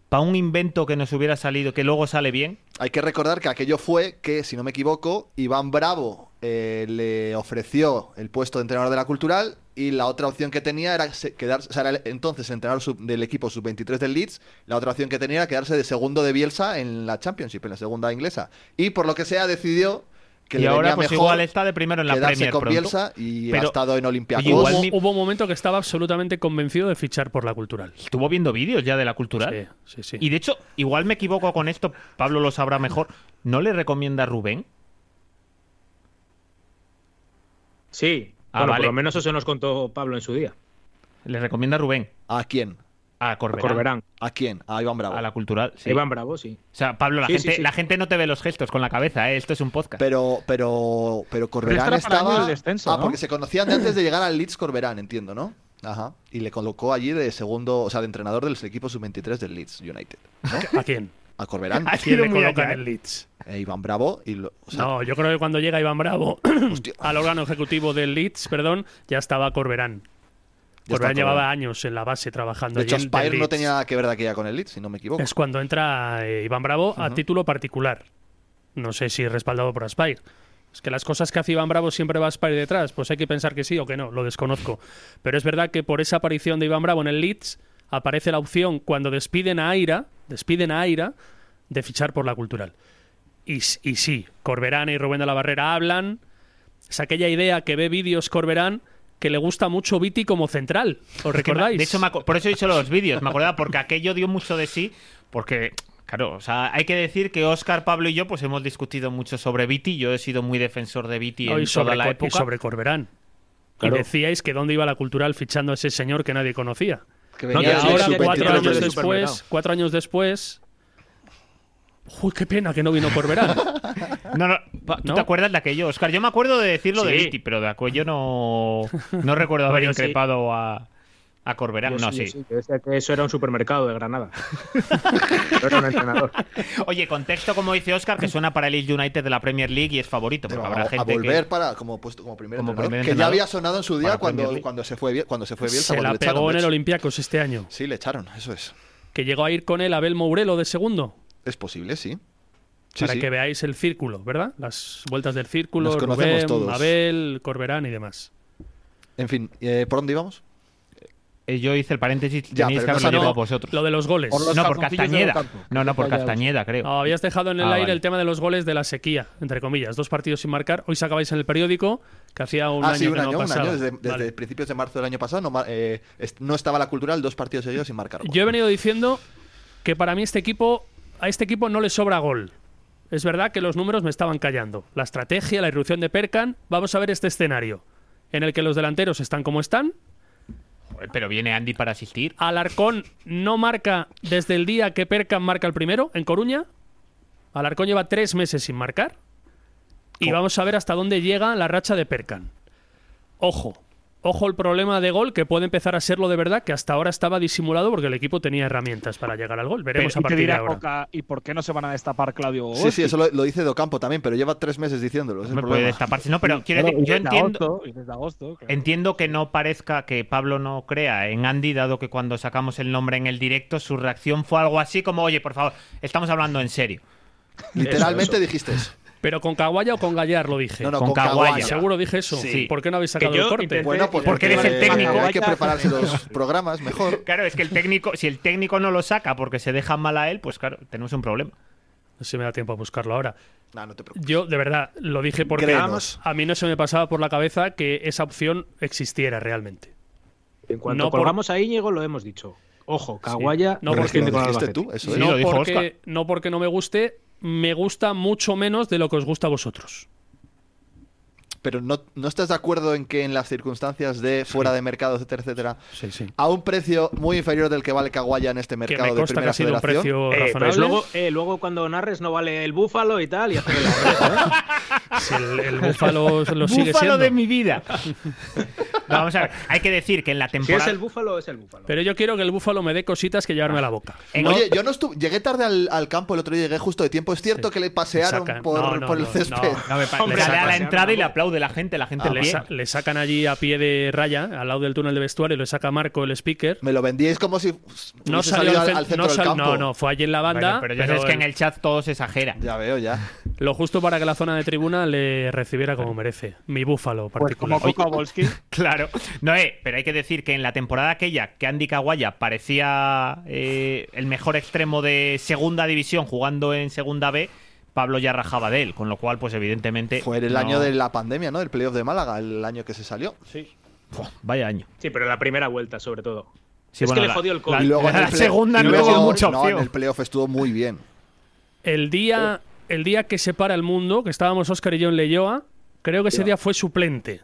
B: Para un invento que nos hubiera salido, que luego sale bien.
A: hay que recordar que aquello fue que, si no me equivoco, Iván Bravo eh, le ofreció el puesto de entrenador de la cultural y la otra opción que tenía era se- quedarse, o sea, era el- entonces entrenador sub- del equipo sub-23 del Leeds, la otra opción que tenía era quedarse de segundo de Bielsa en la Championship, en la segunda inglesa. Y por lo que sea, decidió que
B: y
A: le
B: ahora,
A: venía
B: pues
A: mejor
B: igual está de primero en la
A: quedarse
B: Premier.
A: con
B: pronto.
A: Bielsa y ha
B: Pero-
A: estado en Olympiacos.
B: Oye, igual
E: hubo,
B: mi-
E: hubo un momento que estaba absolutamente convencido de fichar por la cultural.
B: Estuvo viendo vídeos ya de la cultural.
E: Sí, sí, sí.
B: Y de hecho, igual me equivoco con esto, Pablo lo sabrá mejor. ¿No le recomienda Rubén?
D: Sí,
B: Ah, vale.
D: bueno,
B: Ah,
D: por lo menos eso nos contó Pablo en su día.
B: Le recomienda Rubén.
A: ¿A quién?
B: A Corberán.
D: Corberán.
A: ¿A quién? A Iván Bravo.
B: A la cultural. sí.
D: Iván Bravo, sí.
B: O sea, Pablo, la,
D: Sí, sí,
B: gente,
D: sí.
B: la gente no te ve los gestos con la cabeza, ¿eh? Esto es un podcast.
A: Pero, pero, pero Corberán
C: estará para
A: estaba.
C: año el descenso,
A: ah,
C: ¿no?
A: porque se conocían de antes de llegar al Leeds Corberán, entiendo, ¿no? Ajá. Y le colocó allí de segundo, o sea, de entrenador del equipo sub-23 del Leeds United.
E: ¿A quién?
A: A Corberán,
B: Ha
E: ¿A quién
B: sido
E: le
B: muy
E: colocan
B: allá,
E: el
B: ¿eh?
E: Leeds?
A: e Iván Bravo. Y lo- o sea,
E: No, yo creo que cuando llega Iván Bravo
A: hostia,
E: al órgano ejecutivo del Leeds, perdón, ya estaba Corberán.
A: ya está
E: Corberán llevaba
A: Corberán.
E: años en la base trabajando.
A: De hecho,
E: allí en- del
A: Spire no
E: Leeds.
A: tenía nada que ver de aquella con el Leeds, si no me equivoco.
E: Es cuando entra eh, Iván Bravo a título particular. No sé si respaldado por Aspire. Es que las cosas que hace Iván Bravo siempre va Aspire detrás. Pues hay que pensar que sí o que no, lo desconozco. Pero es verdad que por esa aparición de Iván Bravo en el Leeds aparece la opción cuando despiden a Aira, despiden a Aira, de fichar por la cultural. Y, s- y sí, Corberán y Rubén de la Barrera hablan. Es aquella idea que ve vídeos Corberán que le gusta mucho Viti como central. ¿Os
B: Es que me-
E: recordáis?
B: De hecho, me aco- por eso he hecho los vídeos, me acordaba, porque aquello dio mucho de sí, porque. Claro, o sea, hay que decir que Oscar, Pablo y yo, pues hemos discutido mucho sobre Viti. Yo he sido muy defensor de Viti
E: No,
B: en
E: y sobre,
B: toda la
E: Cor- y
B: época.
E: sobre Corberán.
D: Claro.
E: Y decíais que dónde iba la cultural fichando a ese señor que nadie conocía.
A: Que
D: No,
E: Y
A: venía
D: ya
A: del
D: sé,
E: ahora,
D: sub-23
E: cuatro
D: del
E: años
D: supermercado.
E: después, cuatro años después. Uy, qué pena que no vino Corberán.
B: No, no, pa- ¿tú
E: ¿No?
B: te acuerdas de aquello, Oscar? Yo me acuerdo de decirlo de
D: Sí.
B: Viti, pero de aquello no, no recuerdo haber
D: Yo sí.
B: increpado a, a Corberán.
D: Yo
B: No,
D: sí, yo
B: sí.
D: sí, que decía que eso era un supermercado de Granada. Pero era un entrenador.
B: Oye, contexto, como dice Oscar, que suena para el Leeds United de la Premier League y es favorito,
A: Pero
B: porque
A: a,
B: habrá
A: a
B: gente
A: volver
B: que.
A: para como puesto como primer,
B: Como
A: entrenador,
B: primer
A: que ya
B: entrenador
A: había sonado en su día
B: para Premier
A: cuando,
B: League.
A: cuando se fue Biel- cuando se fue Bielsa
E: Se
A: cuando
E: la
A: le echaron,
E: pegó
A: de
E: en el
A: hecho.
E: Olympiacos este año.
A: Sí, le echaron, eso es.
E: Que llegó a ir con él Abel Mourelo de segundo.
A: Es posible, sí. Sí,
E: para
A: sí.
E: que veáis el círculo, ¿verdad? Las vueltas del círculo,
A: Nos conocemos
E: Rubén,
A: todos.
E: Abel, Corberán y demás.
A: En fin, eh, ¿por dónde íbamos?
B: Eh, Yo hice el paréntesis,
A: Ya, pero
B: tenéis que
A: no
B: haberlo
A: salió-
B: llevado vosotros.
E: Lo de los goles.
C: Por los
B: no, por
C: calzoncillos de
B: Castañeda.
C: Ocampo.
B: No, no, por
C: Callaos.
B: Castañeda, creo.
E: No, habías dejado en el
B: Ah,
E: aire
B: vale.
E: el tema de los goles de la sequía, entre comillas. Dos partidos sin marcar. Hoy sacabais en el periódico que hacía un
A: ah,
E: año
A: sí, un
E: que no
A: año, un
E: pasaba.
A: año. Desde, desde
E: Vale.
A: principios de marzo del año pasado no, ma- eh, est- no estaba la cultural dos partidos seguidos sin marcar. gol.
E: Yo he venido diciendo que para mí este equipo, a este equipo no le sobra gol. Es verdad que los números me estaban callando. La estrategia, la irrupción de Perkan. Vamos a ver este escenario en el que los delanteros están como están.
B: Joder, Pero viene Andy para asistir.
E: Alarcón no marca desde el día que Perkan marca el primero en Coruña. Alarcón lleva tres meses sin marcar. Y vamos a ver hasta dónde llega la racha de Perkan. Ojo, ojo el problema de gol que puede empezar a serlo de verdad, que hasta ahora estaba disimulado porque el equipo tenía herramientas para llegar al gol. Veremos
C: Pero- y
E: a
C: te
E: partir de
C: dirá
E: ahora.
C: Coca, ¿y por qué no se van a destapar Claudio
A: Sí, sí, eso lo, lo dice Docampo también, pero lleva tres meses diciéndolo. ese es el
B: Me puede
A: problema.
B: destaparse. No, pero quiero
C: Claro,
B: decir,
C: y
B: yo
C: desde
B: entiendo.
C: agosto, y desde agosto, claro.
B: Entiendo que no parezca que Pablo no crea en Andy, dado que cuando sacamos el nombre en el directo, su reacción fue algo así como, oye, por favor, estamos hablando en serio.
A: Literalmente
D: Eso, eso.
A: dijiste eso.
E: Pero con Caguaya o con Gallar lo dije.
A: No, no,
B: Con
A: con,
B: Caguaya.
A: Caguaya.
E: Seguro dije eso.
B: Sí.
E: ¿Por qué no habéis sacado
D: Que yo
E: el corte?
D: intenté-
A: Bueno, pues
B: Porque eres el
A: eh,
B: técnico.
A: Hay que prepararse los programas mejor.
B: Claro, es que el técnico, si el técnico no lo saca porque se deja mal a él, pues claro, tenemos un problema.
E: No sé si me da tiempo a buscarlo ahora.
A: No, no te preocupes.
E: Yo, de verdad, lo dije porque
A: Créenos.
E: a mí no se me pasaba por la cabeza que esa opción existiera realmente.
D: En cuanto
E: No por-
D: colgamos a Íñigo, lo hemos dicho. Ojo, Caguaya no
E: No, porque
D: asciende
A: lo
D: con
A: dijiste
D: Albacete.
A: tú, eso
B: Sí,
A: es.
E: no,
B: lo dijo
E: porque,
B: Óscar.
E: no porque no me guste, me gusta mucho menos de lo que os gusta a vosotros.
A: Pero no, no estás de acuerdo en que en las circunstancias de fuera de mercado, etcétera, etcétera,
E: Sí, sí.
A: a un precio muy inferior del que vale Caguaya en este
E: Que
A: mercado
E: me
A: de
E: consta que
A: primera
E: ha sido un
A: federación.
E: precio
D: Eh,
E: razonable.
D: pues luego, eh, luego cuando narres no vale el búfalo y tal, y hacer la oreja, ¿eh?
E: Si el, el búfalo Pues lo sigue
B: Búfalo
E: siendo.
B: de mi vida. No, vamos a ver, hay que decir que en la
D: Si
B: temporada.
D: es el búfalo, es el búfalo.
E: Pero yo quiero que el búfalo me dé cositas que llevarme a la boca.
B: en-
A: Oye, yo no estuve. Llegué tarde al, al campo el otro día, llegué justo de tiempo. Es cierto que le pasearon
E: Sacan-
A: por,
E: no, no,
A: por el
E: no,
A: césped.
E: no, no me pa-
B: Hombre,
E: le
B: le da
E: sacan-
B: la entrada y le aplaude la gente, la gente
A: Ah,
B: le
E: le, sa- le sacan allí a pie de raya, al lado del túnel de vestuario, le saca Marco el speaker.
A: Me lo vendíais como si
E: No
A: hubiese
E: salió
A: salido al,
E: al cen-
A: al centro
E: no,
A: del
E: sal-
A: campo.
E: no, no, fue allí en la banda.
B: Bueno, pero ya
E: pero
B: sabes que en
E: el-
B: el chat todo se exagera.
A: Ya veo, ya.
E: Lo justo para que la zona de tribuna le recibiera como merece. Mi búfalo
C: Pues
E: particular.
C: como Coca Volsky,
B: Claro. No, eh, pero hay que decir que en la temporada aquella que Andy Caguaya parecía eh, el mejor extremo de segunda división jugando en segunda B, Pablo ya rajaba de él, con lo cual, pues
E: Eh,
B: evidentemente.
A: Fue el
B: no-
A: año de la pandemia, ¿no? Del playoff de Málaga, el año que se salió.
B: Buah, Vaya año.
D: Sí, pero la primera vuelta, sobre todo.
B: Sí,
D: es
B: bueno,
D: que
B: la-
D: le jodió el
B: la-
D: COVID.
A: Y luego en
B: la
A: el play-
B: segunda
A: y
B: no
A: luego-
B: hubo mucha
A: no,
B: opción.
A: en el playoff estuvo muy bien.
E: El día, el día que se para el mundo, que estábamos Óscar y yo en Leyoa, creo que ese día fue suplente.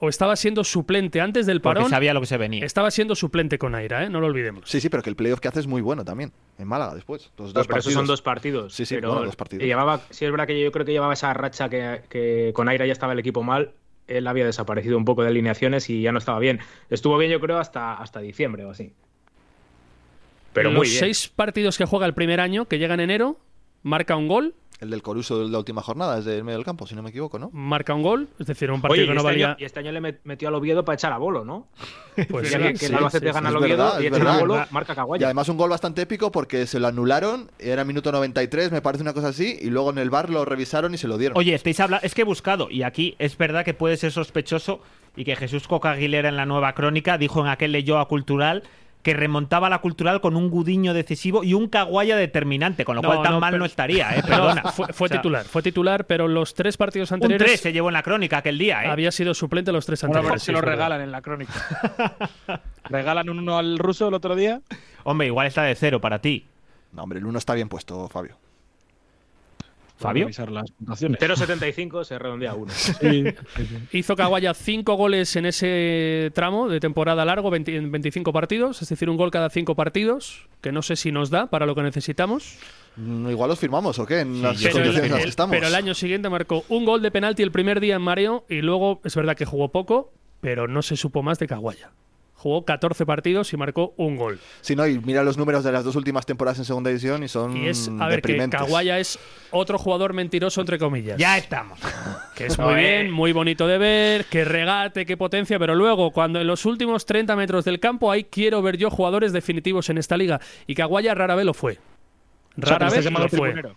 E: o estaba siendo suplente antes del
B: Porque
E: parón.
B: sabía lo que se venía.
E: Estaba siendo suplente con Aira, ¿eh? no lo olvidemos.
A: Sí, sí, pero que el playoff que hace es muy bueno también. En Málaga después. Los
D: No,
A: dos
D: pero esos
A: partidos.
D: son dos partidos.
A: Sí, sí,
D: pero
A: bueno, dos partidos.
D: Llevaba, sí, es verdad que yo creo que llevaba esa racha que, que con Aira ya estaba el equipo mal. Él había desaparecido un poco de alineaciones y ya no estaba bien. Estuvo bien, yo creo, hasta, hasta diciembre o así. Pero
E: en
D: muy
E: los
D: bien.
E: seis partidos que juega el primer año, que llega en enero, marca un gol,
A: El del Coruso de la última jornada, es del medio del campo, si no me equivoco, ¿no?
E: marca un gol, es decir, un
D: Oye,
E: partido
D: y,
E: que no
D: este año,
E: valía.
D: y este año le met- metió al Oviedo para echar a bolo, ¿no?
E: Pues
D: Ya que, que
E: sí,
D: el Albacete
E: sí, sí.
D: gana
A: Es
D: al Oviedo
A: verdad,
D: y
A: es
D: echan a
A: verdad.
D: bolo, marca Caguaya.
A: Y además un gol bastante épico porque se lo anularon, era minuto 93, me parece una cosa así, y luego en el bar lo revisaron y se lo dieron.
B: Oye, estáis hablando. Es que he buscado, y aquí es verdad que puede ser sospechoso y que Jesús Coca Aguilera en la nueva crónica dijo en aquel leyó a Cultural que remontaba a la Cultural con un gudiño decisivo y un caguaya determinante, con lo
E: No,
B: cual tan
E: no,
B: mal
E: pero-
B: no estaría, ¿eh?
E: No,
B: Perdona.
E: fue, fue
B: O sea,
E: titular, fue titular, pero los tres partidos
B: Un 3
E: anteriores
B: se llevó en la crónica aquel día, ¿eh?
E: había sido suplente los tres
C: Bueno,
E: anteriores.
C: porque
E: sí,
C: se lo
E: es verdad.
C: regalan en la crónica. regalan uno al ruso el otro día.
B: Hombre, igual está de cero para ti.
A: No, hombre, el uno está bien puesto, Fabio.
C: Para
B: Fabio.
C: revisar las puntuaciones.
D: 0.75 se redondea a uno.
C: Sí, sí, sí.
E: Hizo Caguaya cinco goles en ese tramo de temporada largo, 20 en 25 partidos, es decir, un gol cada cinco partidos, que no sé si nos da para lo que necesitamos.
A: Mm, Igual los firmamos o qué, en las
E: Pero el,
A: condiciones en las que
E: el-
A: estamos.
E: pero el año siguiente marcó un gol de penalti el primer día en Mareo y luego es verdad que jugó poco, pero no se supo más de Caguaya. Jugó 14 partidos y marcó un gol.
A: Si no, y mira los números de las dos últimas temporadas en segunda división y son
E: Y es, a ver, que
A: Mm, deprimentes.
E: Caguaya es otro jugador mentiroso, entre comillas.
B: Ya estamos.
E: Que es muy bien, muy bonito de ver, que regate, que potencia, pero luego, cuando en los últimos 30 metros del campo, ahí quiero ver yo jugadores definitivos en esta liga. Y Caguaya rara vez lo fue.
C: O sea, este que
E: Rara
C: lo estás
E: vez
C: llamando
E: lo fue.
C: tribunero.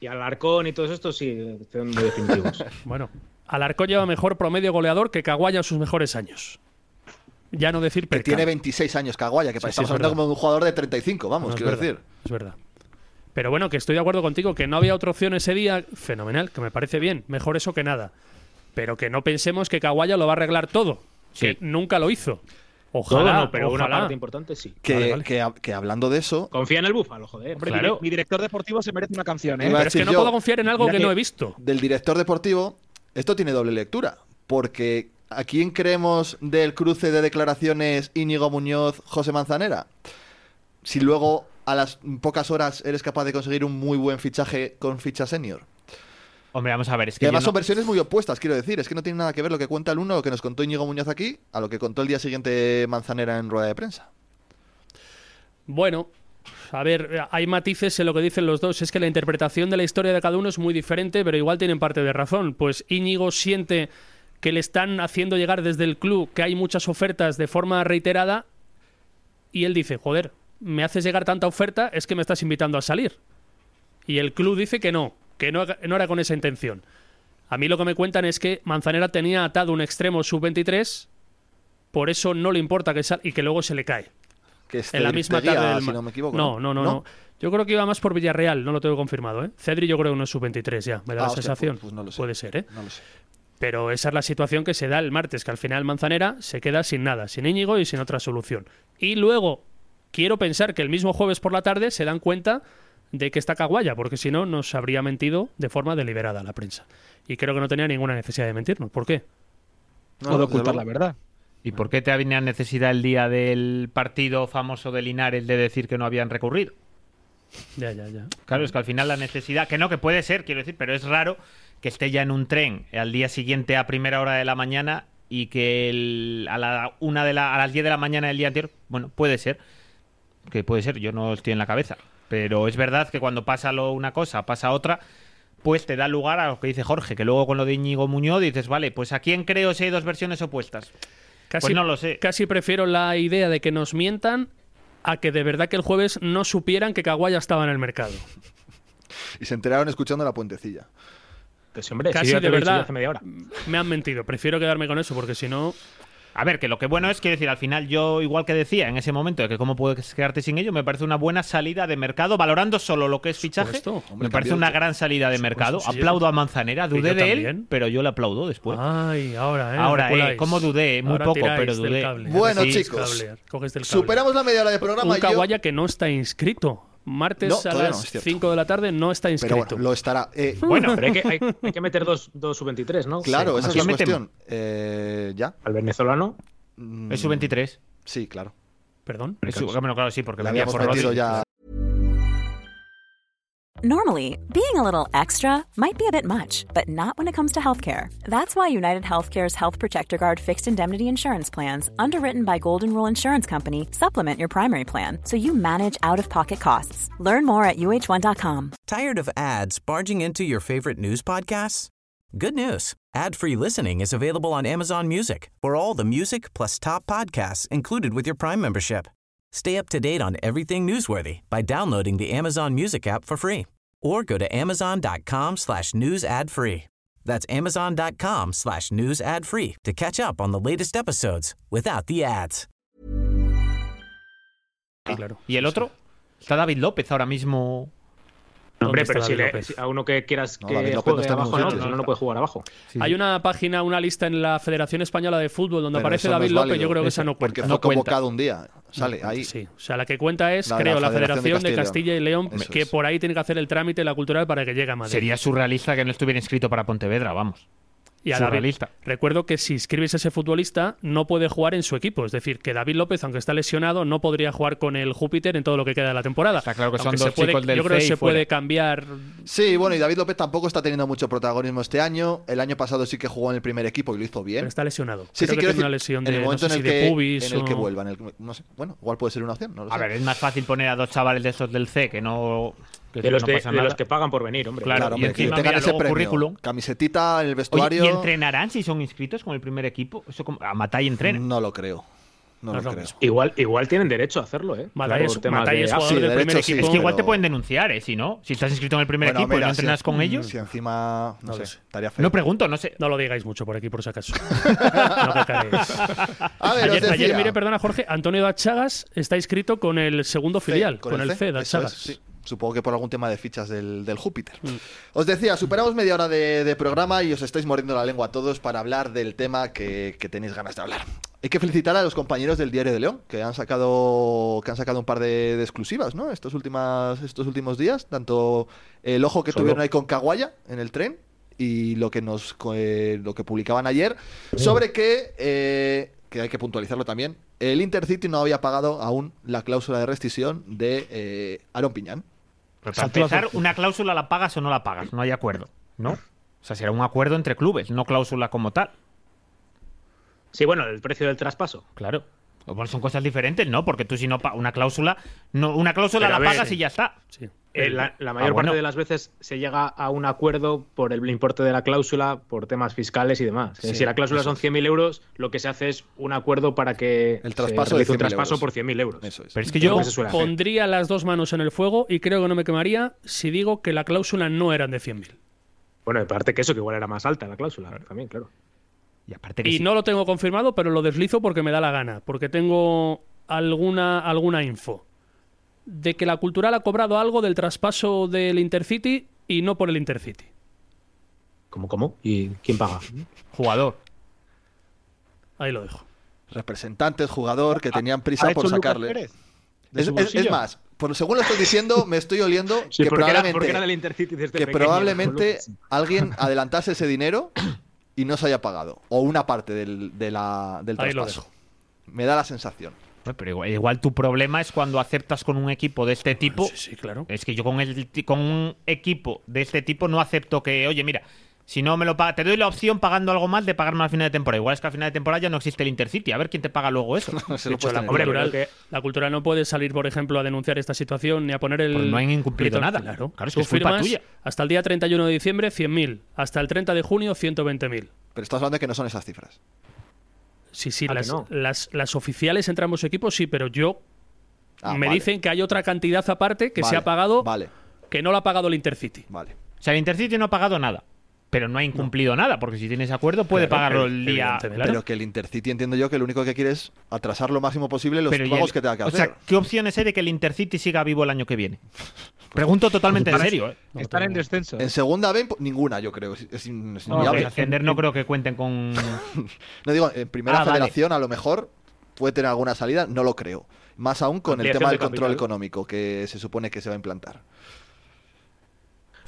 D: Y Alarcón y todos estos sí son muy definitivos.
E: Bueno, Alarcón lleva mejor promedio goleador que Caguaya en sus mejores años. Ya no decir
A: Que
E: perca.
A: tiene 26 años Caguaya, que
E: Sí, sí,
A: estamos
E: es
A: hablando
E: verdad.
A: como de un jugador de 35, vamos,
E: No, es
A: quiero
E: verdad,
A: decir.
E: Es verdad. Pero bueno, que estoy de acuerdo contigo, que no había otra opción ese día, fenomenal, que me parece bien, mejor eso que nada. Pero que no pensemos que Caguaya lo va a arreglar todo,
B: Sí.
E: que nunca lo hizo.
D: Todo
E: Ojalá,
D: no, pero una
E: ojalá.
D: parte importante sí.
A: Que,
E: Vale, vale.
A: que hab- que hablando de eso,
D: Confía en el Búfalo, joder.
C: Hombre, mi-
E: Claro.
C: mi, director deportivo se merece una canción, ¿eh?
A: Iba a
E: Pero es que
A: decir
E: no
A: yo,
E: puedo confiar en algo
C: mira
E: que
C: que-
E: no he visto.
A: del director deportivo, esto tiene doble lectura, porque ¿a quién creemos del cruce de declaraciones Íñigo Muñoz, José Manzanera? Si luego a las pocas horas eres capaz de conseguir un muy buen fichaje con ficha senior.
B: Hombre, vamos a ver. Es
A: Que
B: que yo
A: además
B: no-
A: son versiones muy opuestas, quiero decir. Es que no tiene nada que ver lo que cuenta el uno, lo que nos contó Íñigo Muñoz aquí, a lo que contó el día siguiente Manzanera en rueda de prensa.
E: Bueno, a ver, hay matices en lo que dicen los dos. Es que la interpretación de la historia de cada uno es muy diferente, pero igual tienen parte de razón. Pues Íñigo siente que le están haciendo llegar desde el club que hay muchas ofertas de forma reiterada y él dice, joder, me haces llegar tanta oferta, es que me estás invitando a salir. Y el club dice que no, que no, no era con esa intención. A mí lo que me cuentan es que Manzanera tenía atado un extremo sub-23, por eso no le importa que salga y que luego se le cae
A: Que es
E: en la misma
A: Cedric
E: tarde
A: Teguía,
E: del
A: si
E: ma-
A: no me equivoco.
E: No, no, no, no. Yo creo que iba más por Villarreal, no lo tengo confirmado, ¿eh? Cedri yo creo que no es sub-23 ya, me da
A: Ah,
E: la
A: hostia,
E: sensación.
A: pues- pues no lo sé.
E: Puede ser, ¿eh?
A: No lo sé.
E: Pero esa es la situación que se da el martes, que al final Manzanera se queda sin nada, sin Íñigo y sin otra solución. Y luego, quiero pensar que el mismo jueves por la tarde se dan cuenta de que está Caguaya, porque si no nos habría mentido de forma deliberada a la prensa. Y creo que no tenía ninguna necesidad de mentirnos. ¿Por qué?
A: No,
C: o de
A: desde
C: ocultar
A: luego.
C: la verdad.
B: ¿Y por qué te había necesidad el día del partido famoso de Linares de decir que no habían recurrido?
E: Ya, ya, ya.
B: Claro, es que al final la necesidad, que no, que puede ser, quiero decir, pero es raro que esté ya en un tren al día siguiente a primera hora de la mañana y que el- a, la una de la- a las 10 de la mañana del día anterior, bueno, puede ser, que puede ser, yo no estoy en la cabeza, pero es verdad que cuando pasa lo, una cosa, pasa otra, pues te da lugar a lo que dice Jorge, que luego con lo de Íñigo Muñoz dices, vale, pues ¿a quién creo si hay dos versiones opuestas?
E: Casi,
B: Pues no lo sé.
E: Casi prefiero la idea de que nos mientan a que de verdad que el jueves no supieran que Caguaya estaba en el mercado.
A: Y se enteraron escuchando la puentecilla.
D: Pues hombre,
E: Casi
D: si yo ya
E: de
D: te lo he dicho
E: verdad.
D: ya hace media hora.
E: Me han mentido, prefiero quedarme con eso porque si no...
B: A ver, que lo que bueno es, quiero decir, al final yo, igual que decía en ese momento, de que cómo puedes quedarte sin ello, me parece una buena salida de mercado, valorando solo lo que es fichaje.
E: supuesto.
A: Hombre,
B: me parece
A: cambió
B: una
A: todo.
B: gran salida de mercado.
E: sí,
B: aplaudo a Manzanera, dudé
E: yo
B: de él,
E: también.
B: pero yo le aplaudo después.
E: Ay, pues ahora, ¿eh?
B: Ahora,
E: Reculáis.
B: eh, cómo dudé, muy
E: Ahora
B: poco,
E: tiráis
B: pero
E: del
B: dudé.
E: cable.
A: Bueno,
E: Ahora sí,
A: chicos,
E: cable, coges del cable.
A: Superamos la media hora de programa
E: Un
A: y yo-
E: Caguaya que no está inscrito
A: No,
E: martes a
A: todavía no,
E: las
A: es cierto.
E: 5 de la tarde, no está
A: Pero
E: inscrito.
A: bueno, lo estará. Eh,
D: Bueno, pero hay que, hay, hay que meter dos, dos sub-23, ¿no?
A: claro,
D: Sí.
A: esa es
D: Aquí
A: la
D: meten
A: cuestión. Eh, ¿Ya?
D: Al venezolano.
A: Mm.
B: Es su 23.
A: Sí, claro.
E: Perdón.
A: Ah.
B: Es su- bueno, claro, sí, porque
A: La
B: venía
A: habíamos
B: por
A: metido
B: Rodri.
A: ya.
H: Normally, being a little extra might be a bit much, but not when it comes to healthcare. That's why United Healthcare's Health Protector Guard fixed indemnity insurance plans, underwritten by Golden Rule Insurance Company, supplement your primary plan so you manage out of pocket costs. Learn more at uh1.com.
I: Tired of ads barging into your favorite news podcasts? Good news. Ad-free listening is available on Amazon Music for all the music plus top podcasts included with your Prime membership. Stay up to date on everything newsworthy by downloading the Amazon Music app for free or go to amazon.com slash news ad free. That's amazon.com slash news ad free to catch up on the latest episodes without the ads.
E: Sí, claro.
B: ¿Y el otro? Está David López ahora mismo.
D: Hombre,
E: ¿Dónde
D: pero
E: está
D: si,
E: David
D: le-
E: López?
D: si a uno que quieras
A: No,
D: que
A: David López no
D: juegue
A: está en
D: abajo,
A: los
D: no,
A: sitios.
D: no, no puede jugar abajo.
E: Hay una página, una lista en la Federación Española de Fútbol donde
A: Pero
E: aparece
A: eso no
E: David
A: es
E: López.
A: válido,
E: Yo creo que
A: eso,
E: esa no
A: Porque
E: cuenta. Mm,
A: fue
B: No cuenta.
A: convocado un día. Sale ahí.
E: Sí, o sea, la que cuenta es,
A: La de la
E: creo, la
A: Federación de
E: Federación de
A: Castilla y
E: Castilla y León,
A: Eso
E: que
A: es.
E: por ahí tiene que hacer el trámite, la cultural, para que llegue a Madrid.
B: Sería surrealista que no estuviera inscrito para Pontevedra, vamos.
E: y a David,
B: surrealista.
E: recuerdo que si inscribes a ese futbolista, no puede jugar en su equipo. Es decir, que David López, aunque está lesionado, no podría jugar con el Júpiter en todo lo que queda de la temporada.
B: Está claro que son
E: Aunque
B: dos
E: se puede-
B: chicos del
E: Yo creo que
B: CEI
E: se
B: fuera.
E: puede cambiar.
A: Sí, bueno, y David López tampoco está teniendo mucho protagonismo este año. El año pasado sí que jugó en el primer equipo y lo hizo
E: Pero
A: bien.
E: está lesionado.
A: Sí,
E: creo
A: sí,
E: que
A: quiero
E: tiene una
A: decir,
E: lesión
A: en
E: de,
A: el
E: no
A: momento
E: sé si
A: en, el
E: de
A: que,
E: pubis
A: en el que
E: o-
A: vuelva. en el que- no sé, bueno, igual puede ser una opción, no lo
B: A
A: sé.
B: ver, es más fácil poner a dos chavales de esos del C que no. Que
D: De los,
B: no
D: de,
B: pasa
D: de
B: nada.
D: los que pagan por venir, hombre.
B: Claro,
A: Claro,
B: y
A: hombre, que
B: encima
A: tengan
B: mira
A: ese
B: luego
A: premio.
B: currículum.
A: Camisetita, en el
B: Oye,
A: vestuario.
B: ¿Y entrenarán si son inscritos con el primer equipo? Eso como, a Matay entrena.
A: No lo creo. No,
E: No es
A: lo
E: lo
A: creo.
E: mismo.
D: Igual, igual tienen derecho a hacerlo, ¿eh?
E: Matai
D: Claro,
E: es-
D: por temas
E: Matai
D: de-
E: es
D: Ah,
E: jugador
A: sí,
E: del primer
A: derecho sí,
E: equipo.
B: Es que igual te
A: pero-
B: pueden denunciar, ¿eh? Si no, si estás inscrito en el primer
A: Bueno,
B: equipo y
A: mira,
B: no
A: si-
B: entrenas con
A: mm,
B: ellos.
A: Si encima. No,
E: No
A: sé,
E: lo sé.
A: estaría feo.
B: No pregunto, no sé.
E: No lo digáis mucho por aquí, por si acaso. No pecaréis.
A: a ver, os
E: ayer, ayer
A: decía,
E: miré, perdona Jorge, Antonio Dachagas está inscrito con el segundo
A: C,
E: filial, con, el C,
A: eso es,
E: Dachagas.
A: sí. Supongo que por algún tema de fichas del, del Júpiter.
E: Mm.
A: Os decía, superamos media hora de, de programa y os estáis mordiendo la lengua a todos para hablar del tema que, que tenéis ganas de hablar. Hay que felicitar a los compañeros del Diario de León, que han sacado, que han sacado un par de, de exclusivas, ¿no? Estos, últimas, estos últimos días, tanto el ojo que
D: Solo.
A: tuvieron ahí eh, con Caguaya en el tren y lo que nos co- eh, lo que publicaban ayer sobre que eh, que hay que puntualizarlo también el Intercity no había pagado aún la cláusula de rescisión de eh, Aaron Piñán
D: Pues
B: Pero para empezar, una cláusula la pagas o no la pagas. No hay acuerdo, ¿no? O sea, será un acuerdo entre clubes, no cláusula como tal.
D: Sí, bueno, el precio del traspaso.
B: Claro. Bueno, son cosas diferentes, ¿no? Porque tú si no pa- una cláusula, no, una cláusula
D: Pero
B: la
D: a ver,
B: pagas
D: sí.
B: y ya está.
E: Sí.
D: Eh, la, la mayor
B: Ah, bueno.
D: parte de las veces se llega a un acuerdo por el importe de la cláusula, por temas fiscales y demás. Eh, si la cláusula son 100.000 euros, lo que se hace es un acuerdo para que
A: El
D: se
A: traspaso de
D: realice un
A: 100.000
D: traspaso
A: euros.
D: por 100.000 euros.
A: eso es
B: Pero es que
E: Yo
B: yo
D: Pues eso era.
E: pondría las dos manos en el fuego y creo que no me quemaría si digo que la cláusula no eran de 100.000.
D: Bueno, aparte que eso, que igual era más alta la cláusula también, claro.
B: y aparte que
E: Y
B: sí,
E: no lo tengo confirmado, pero lo deslizo porque me da la gana, porque tengo alguna, alguna info. De que la cultural ha cobrado algo del traspaso del Intercity y no por el Intercity.
D: ¿Cómo, cómo? ¿Y quién paga?
B: jugador.
E: Ahí lo dejo.
A: representantes jugador que tenían
C: ¿Ha
A: prisa
C: hecho
A: por
C: Lucas
A: sacarle
C: Pérez? de
A: es,
C: su
A: es- es
C: bolsillo?
A: más por, según lo estoy diciendo me estoy oliendo
D: Sí,
A: que
D: porque era-
A: probablemente
D: porque era del Intercity desde
A: que
D: pequeño,
A: probablemente
D: Lucas.
A: alguien adelantase ese dinero y no se haya pagado o una parte del, de la- del
E: Ahí lo
A: traspaso me da la sensación
B: Bueno, Pero igual, igual tu problema es cuando aceptas con un equipo de este
A: Ah,
B: tipo.
E: Sí, sí, claro.
B: Es que yo con, el, ti- con un equipo de este tipo no acepto que, oye, mira, si no me lo paga, te doy la opción pagando algo más de pagarme al final de temporada. Igual es que al final de temporada ya no existe el Intercity. A ver quién te paga luego eso.
A: Se lo
E: De hecho,
A: puedes
E: la
A: tener.
D: Hombre,
E: cultural,
D: pero que-
E: la cultural no puede salir, por ejemplo, a denunciar esta situación ni a poner el.
B: Porque Pues no han incumplido
E: Entonces,
B: nada.
E: Claro,
B: Claro, es
E: Tú
B: que es culpa
E: firmas
B: tuya.
E: Hasta el día 31 de diciembre, 100.000. Hasta el 30 de junio, 120.000.
A: Pero estás hablando de que no son esas cifras.
E: Sí, sí,
D: Ah, que
E: las,
D: no.
E: las, las oficiales entre ambos equipos sí, pero yo.
A: Ah,
E: me
A: vale.
E: dicen que hay otra cantidad aparte que se
A: Vale,
E: ha pagado
A: Vale,
E: que no la ha pagado el Intercity.
A: vale.
B: O sea, el Intercity no ha pagado nada. Pero no ha incumplido nada, porque si tienes acuerdo puede
E: Claro,
B: pagarlo
E: evi-
B: el día.
E: evidentemente.
A: Pero que el Intercity entiendo yo que lo único que quiere es atrasar lo máximo posible los
B: Pero y
A: pagos
B: el-
A: que tenga que
B: o
A: hacer.
B: sea, ¿qué opciones hay de que el Intercity siga vivo el año que viene? Pregunto totalmente en serio. ¿eh?
C: Están en descenso.
A: en segunda B, impo- ninguna, yo creo. Es, es in- es
C: No,
B: No,
A: inviable.
B: pues ascender no creo que cuenten con.
A: No digo, en primera
B: Ah, vale.
A: federación a lo mejor puede tener alguna salida, no lo creo. Más aún con el
D: Ampliación
A: tema del
D: del
A: control
D: capital.
A: económico que se supone que se va a implantar.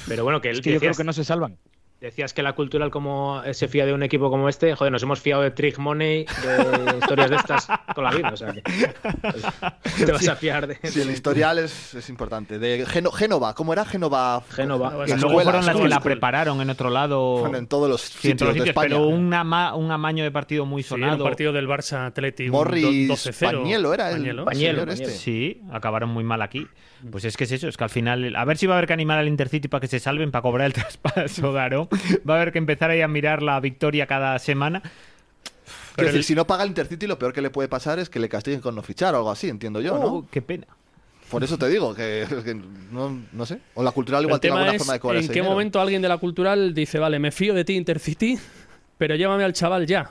D: Pero bueno, que, él
C: Es que yo creo que no se salvan.
D: Decías que la cultural como eh, se fía de un equipo como este, joder, nos hemos fiado de Trick Money, de historias de estas toda la vida, o sea que pues, te vas a fiar de
A: Sí, el historial es, es importante. De Geno- Génova, ¿cómo era Génova?
D: Génova.
A: La
D: Y
B: Y
D: Las
B: luego
A: escuela,
B: fueron las que
A: school,
B: la
A: school.
B: prepararon en otro lado.
A: Bueno, en todos los
B: Sí, en
A: sitios,
B: todos los
A: de
B: sitios,
A: España.
B: pero un, ama- un amaño de partido muy
E: Sí, era
B: sonado.
E: un partido del Barça Atleti un
A: Morris
E: 12-0.
A: Pañuelo era el
E: Pañuelo.
D: Pañuelo.
A: señor este.
D: Pañuelo.
B: Sí, acabaron muy mal aquí.
E: Mm.
B: Pues es que es eso, es que al final, a ver si va a haber que animar al Intercity para que se salven, para cobrar el traspaso, Garo. Va a haber que empezar ahí a mirar la victoria cada semana.
A: Quiero
B: Pero
A: decir,
B: el-
A: si no paga el Intercity, lo peor que le puede pasar es que le castiguen con no fichar o algo así, entiendo yo, ¿no?
B: Oh, qué pena.
A: Por eso te digo, que, que no, no sé. O la cultural
E: El
A: igual tiene
E: tema
A: alguna
E: es
A: forma de cobrar
E: en qué
A: ese dinero.
E: momento alguien de la cultural dice, vale, me fío de ti Intercity, pero llévame al chaval ya.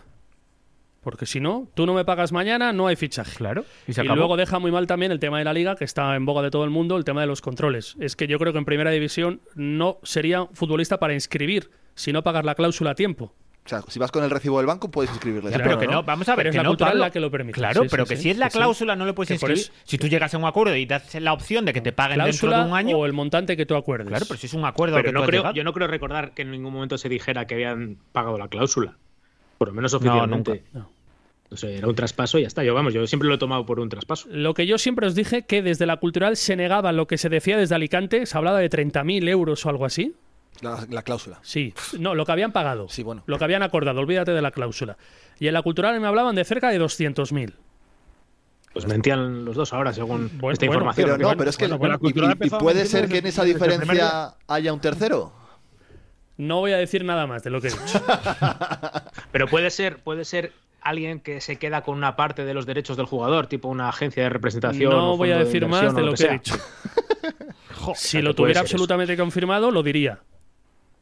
E: Porque si no, tú no me pagas mañana, no hay fichaje.
B: Claro. Y
E: Y,
B: se acabó.
E: luego deja muy mal también el tema de la liga, que está en boga de todo el mundo, el tema de los controles. Es que yo creo que en primera división no sería futbolista para inscribir si no pagas la cláusula a tiempo.
A: O sea, si vas con el recibo del banco, puedes inscribirle.
B: Ya,
A: ese
B: pero
A: dinero,
B: que no, vamos a ver,
E: Pero es
B: que
E: la
B: no,
E: cultural
B: Pablo.
E: la que lo permite.
B: Claro,
E: Sí, sí,
B: pero
E: sí,
B: que si es la
E: sí, sí.
B: cláusula no le puedes
E: Que por
B: inscribir.
E: eso-
B: Si tú llegas a un acuerdo y das la opción de que te paguen dentro
E: Cláusula
B: de un año,
E: o el montante que tú acuerdes.
B: claro, pero si es un acuerdo al
D: Pero
B: que
D: no
B: tú has
D: creo,
B: llegado.
D: yo no creo recordar que en ningún momento se dijera que habían pagado la cláusula. Por lo menos
B: nunca.
D: oficialmente.
E: No.
D: No sé, era un traspaso y ya está. Yo vamos, yo siempre lo he tomado por un traspaso.
E: Lo que yo siempre os dije que desde la cultural se negaba lo que se decía desde Alicante, se hablaba de 30.000 euros o algo así.
A: La, la cláusula.
E: Sí, no, lo que habían pagado.
A: Sí, bueno.
E: Lo que habían acordado, olvídate de la cláusula. Y en la cultural me hablaban de cerca de 200.000.
D: Pues mentían los dos ahora, según
E: Bueno,
D: esta
E: bueno,
D: información.
A: Pero
D: porque,
A: no,
D: bueno,
A: pero es que
C: bueno, pues la
A: y-
C: cultural
A: y- y
C: empezó a
A: puede
C: mentir
A: ser
C: desde-
A: que en esa
C: desde el primer
A: diferencia haya un tercero.
E: No voy a decir nada más de lo que he dicho.
D: pero puede ser, puede ser alguien que se queda con una parte de los derechos del jugador, tipo una agencia de representación.
E: No
D: o
E: voy a
D: fondo
E: decir
D: inversión
E: más
D: o
E: de lo que he
D: sea.
E: dicho. Si
D: sea,
E: lo
D: que puede
E: tuviera
D: ser eso.
E: absolutamente confirmado, lo diría.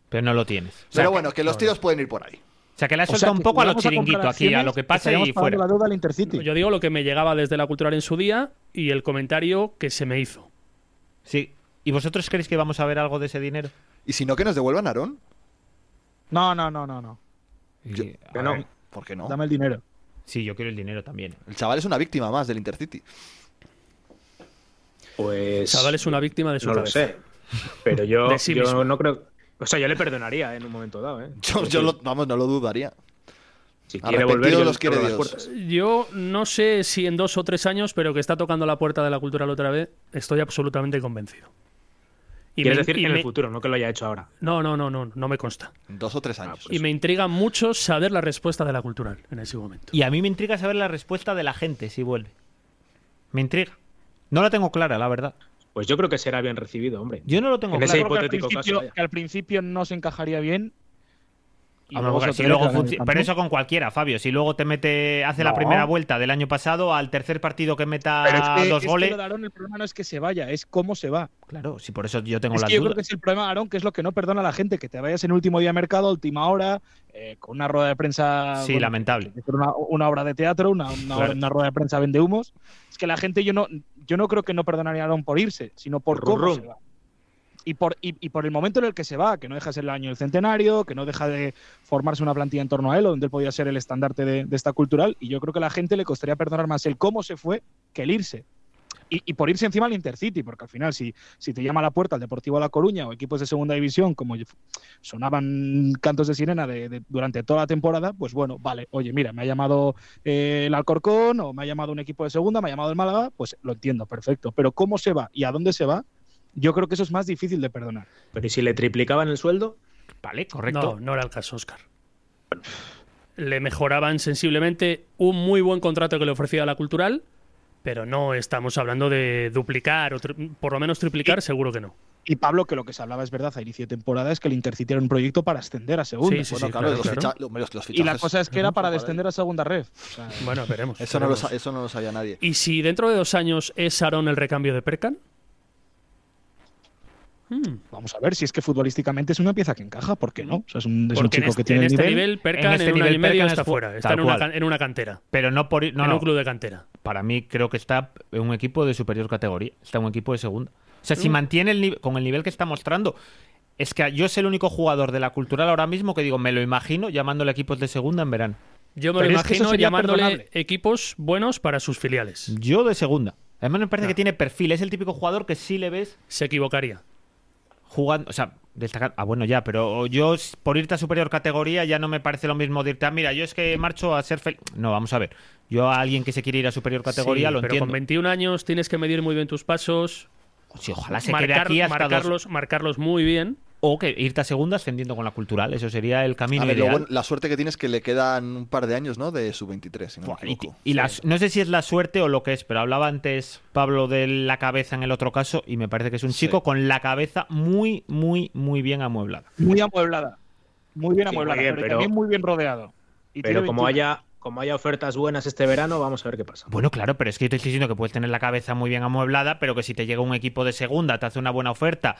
B: Pero no lo tienes.
A: Pero bueno, que los tiros pueden ir por ahí.
B: O sea, que la
C: O sea,
B: suelta un
C: que
B: poco a los
C: vamos a comprar
B: chiringuitos aquí, a
C: acciones,
B: lo que pase
C: estaríamos
B: y
C: pagando
B: fuera.
C: la deuda al Intercity.
E: Yo digo lo que me llegaba desde la cultural en su día y el comentario que se me hizo.
B: Sí. ¿Y vosotros creéis que vamos a ver algo de ese dinero?
A: Y si no, que nos devuelvan Aarón.
C: No, no, no, no, no.
A: Yo-
B: Y-
D: Que
B: a
D: no.
B: ver,
A: ¿Por qué no?
C: Dame el dinero.
B: Sí, yo quiero el dinero también.
A: El chaval es una víctima más del Intercity.
D: Pues.
E: Chaval es una víctima de su
D: no lo
E: cabeza.
D: sé. Pero yo,
E: De sí
D: yo
E: mismo.
D: no creo. O sea, yo le perdonaría en un momento dado, ¿eh?
A: Yo,
D: Es
A: yo
D: decir,
A: lo- vamos, no lo dudaría.
D: si quiere
A: Arrepentido
D: volver, yo
A: los
D: le abro
A: quiere
D: las
A: Dios.
D: puertas.
E: Yo no sé si en dos o tres años, pero que está tocando la puerta de la cultural otra vez, estoy absolutamente convencido. Y
D: Quieres
E: me-
D: decir
E: y
D: en el
E: me-
D: futuro, no que lo haya hecho ahora.
E: No, no, no, no, no me consta.
A: En dos o tres años.
E: Y me intriga mucho saber la respuesta de la cultural en ese momento.
B: Y a mí me intriga saber la respuesta de la gente si vuelve. Me intriga. No la tengo clara, la verdad.
D: Pues yo creo que será bien recibido, hombre.
B: Yo no lo tengo
D: En ese
B: clara.
C: Creo que al
D: hipotético caso,
C: principio-
D: vaya.
C: que al principio no se encajaría bien. y
B: A lo
C: luego
B: mejor
C: se
B: si
C: otra
B: luego
C: vez en el
B: funci-
C: campo.
B: pero eso con cualquiera, Fabio. Si luego te mete, hace la
C: No.
B: primera vuelta del año pasado, al tercer partido que
C: Pero es
B: meta
C: que- es
B: dos
C: que
B: goles.
C: lo de Aarón, el problema no es que se vaya, es cómo se va.
B: Claro, si por eso yo tengo
C: es
B: las
C: que yo creo que
B: dudas.
C: es el problema, Aarón, que es lo que no perdona a la gente, que te vayas en último día de mercado, última hora, eh, con una rueda de prensa.
B: Sí,
C: bueno,
B: lamentable.
C: que fue una, una obra de teatro, una, una,
B: Claro.
C: obra- una rueda de prensa vende humos. Es que la gente, yo no, yo no creo que no perdonaría a Aarón por irse, sino por
D: Rum,
C: cómo
D: rum.
C: se va. Y por, y, y por el momento en el que se va, que no deja de ser el año del centenario, que no deja de formarse una plantilla en torno a él, donde él podía ser el estandarte de, de esta cultural. Y yo creo que a la gente le costaría perdonar más el cómo se fue que el irse. Y, y por irse encima al Intercity, porque al final, si, si te llama a la puerta el Deportivo La Coruña o equipos de segunda división, como sonaban cantos de sirena de- de- durante toda la temporada, pues bueno, vale, oye, mira, me ha llamado eh, el Alcorcón o me ha llamado un equipo de segunda, me ha llamado el Málaga, pues lo entiendo, perfecto. Pero cómo se va y a dónde se va, yo creo que eso es más difícil de perdonar.
D: Pero ¿y si le triplicaban el sueldo?
B: Vale, correcto.
E: No, no era el caso, Oscar. Le mejoraban sensiblemente un muy buen contrato que le ofrecía la cultural, pero no estamos hablando de duplicar o tri- por lo menos triplicar, seguro que no.
C: Y Pablo, que lo que se hablaba es verdad a inicio de temporada, es que el Intercity era un proyecto para ascender a segunda.
E: Sí, sí,
A: bueno,
E: sí,
A: claro,
E: claro,
A: los,
E: claro.
A: ficha- los- los
C: y la
A: fichajes-
C: cosa es que era para
A: Vale.
C: descender a segunda red. O sea,
E: Bueno, veremos.
A: Eso no, lo,
E: veremos.
A: sa- eso no lo sabía nadie.
E: ¿Y si dentro de dos años es Aarón el recambio de Perkan? Hmm,
C: vamos a ver si es que futbolísticamente es una pieza que encaja, ¿por qué no? O sea, es un, es un
E: Porque en
C: chico
E: este,
C: que tiene
E: en este
C: nivel.
E: nivel, Perkan en,
B: este
E: un
B: nivel
E: año y medio
B: Perkan
E: está
B: es fu-
E: fuera, está
B: tal
E: en una,
B: cual.
E: can- en una cantera,
B: Pero no por. ir- No,
E: en
B: no.
E: un club de cantera.
B: Para mí creo que está en un equipo de superior categoría. Está en un equipo de segunda. O sea, si
E: Mm.
B: mantiene el nivel, con el nivel que está mostrando. Es que yo es el único jugador de la cultural ahora mismo que digo, me lo imagino llamándole equipos de segunda en verano.
E: Yo me lo
C: Pero es que eso
E: imagino
C: sería
E: llamándole
C: perdonable.
E: equipos buenos para sus filiales.
B: Yo de segunda. Además me parece que tiene perfil. Es el típico jugador que sí le ves
E: Se equivocaría.
B: jugando, o sea, destacar, ah, bueno, ya, pero yo s- por irte a superior categoría ya no me parece lo mismo de irte a, mira, yo es que marcho a ser feliz. No, vamos a ver. Yo a alguien que se quiere ir a superior categoría
E: Sí,
B: lo
E: pero con
B: entiendo.
E: 21 años tienes que medir muy bien tus pasos,
B: Sí, ojalá se quede
E: marcar-
B: aquí hasta dos-
E: marcarlos, marcarlos muy bien.
B: O que irte a segunda ascendiendo con la cultural. Eso sería el camino
A: A ver, lo
B: ideal.
A: bueno- la suerte que tienes es que le quedan un par de años, ¿no? De sub-23, si no me
B: Buah, Y,
A: equivoco.
B: y las- no sé si es la suerte o lo que es, pero hablaba antes Pablo de la cabeza en el otro caso y me parece que es un
A: Sí.
B: chico con la cabeza muy, muy, muy bien amueblada.
C: Muy amueblada. Muy bien
D: Sí, muy
C: amueblada,
D: bien,
C: pero,
D: pero-
C: también muy bien rodeado. Y
D: Pero
C: tiene
D: como
C: 21.
D: haya, como haya ofertas buenas este verano, vamos a ver qué pasa.
B: Bueno, claro, pero es que yo te estoy diciendo que puedes tener la cabeza muy bien amueblada, pero que si te llega un equipo de segunda, te hace una buena oferta,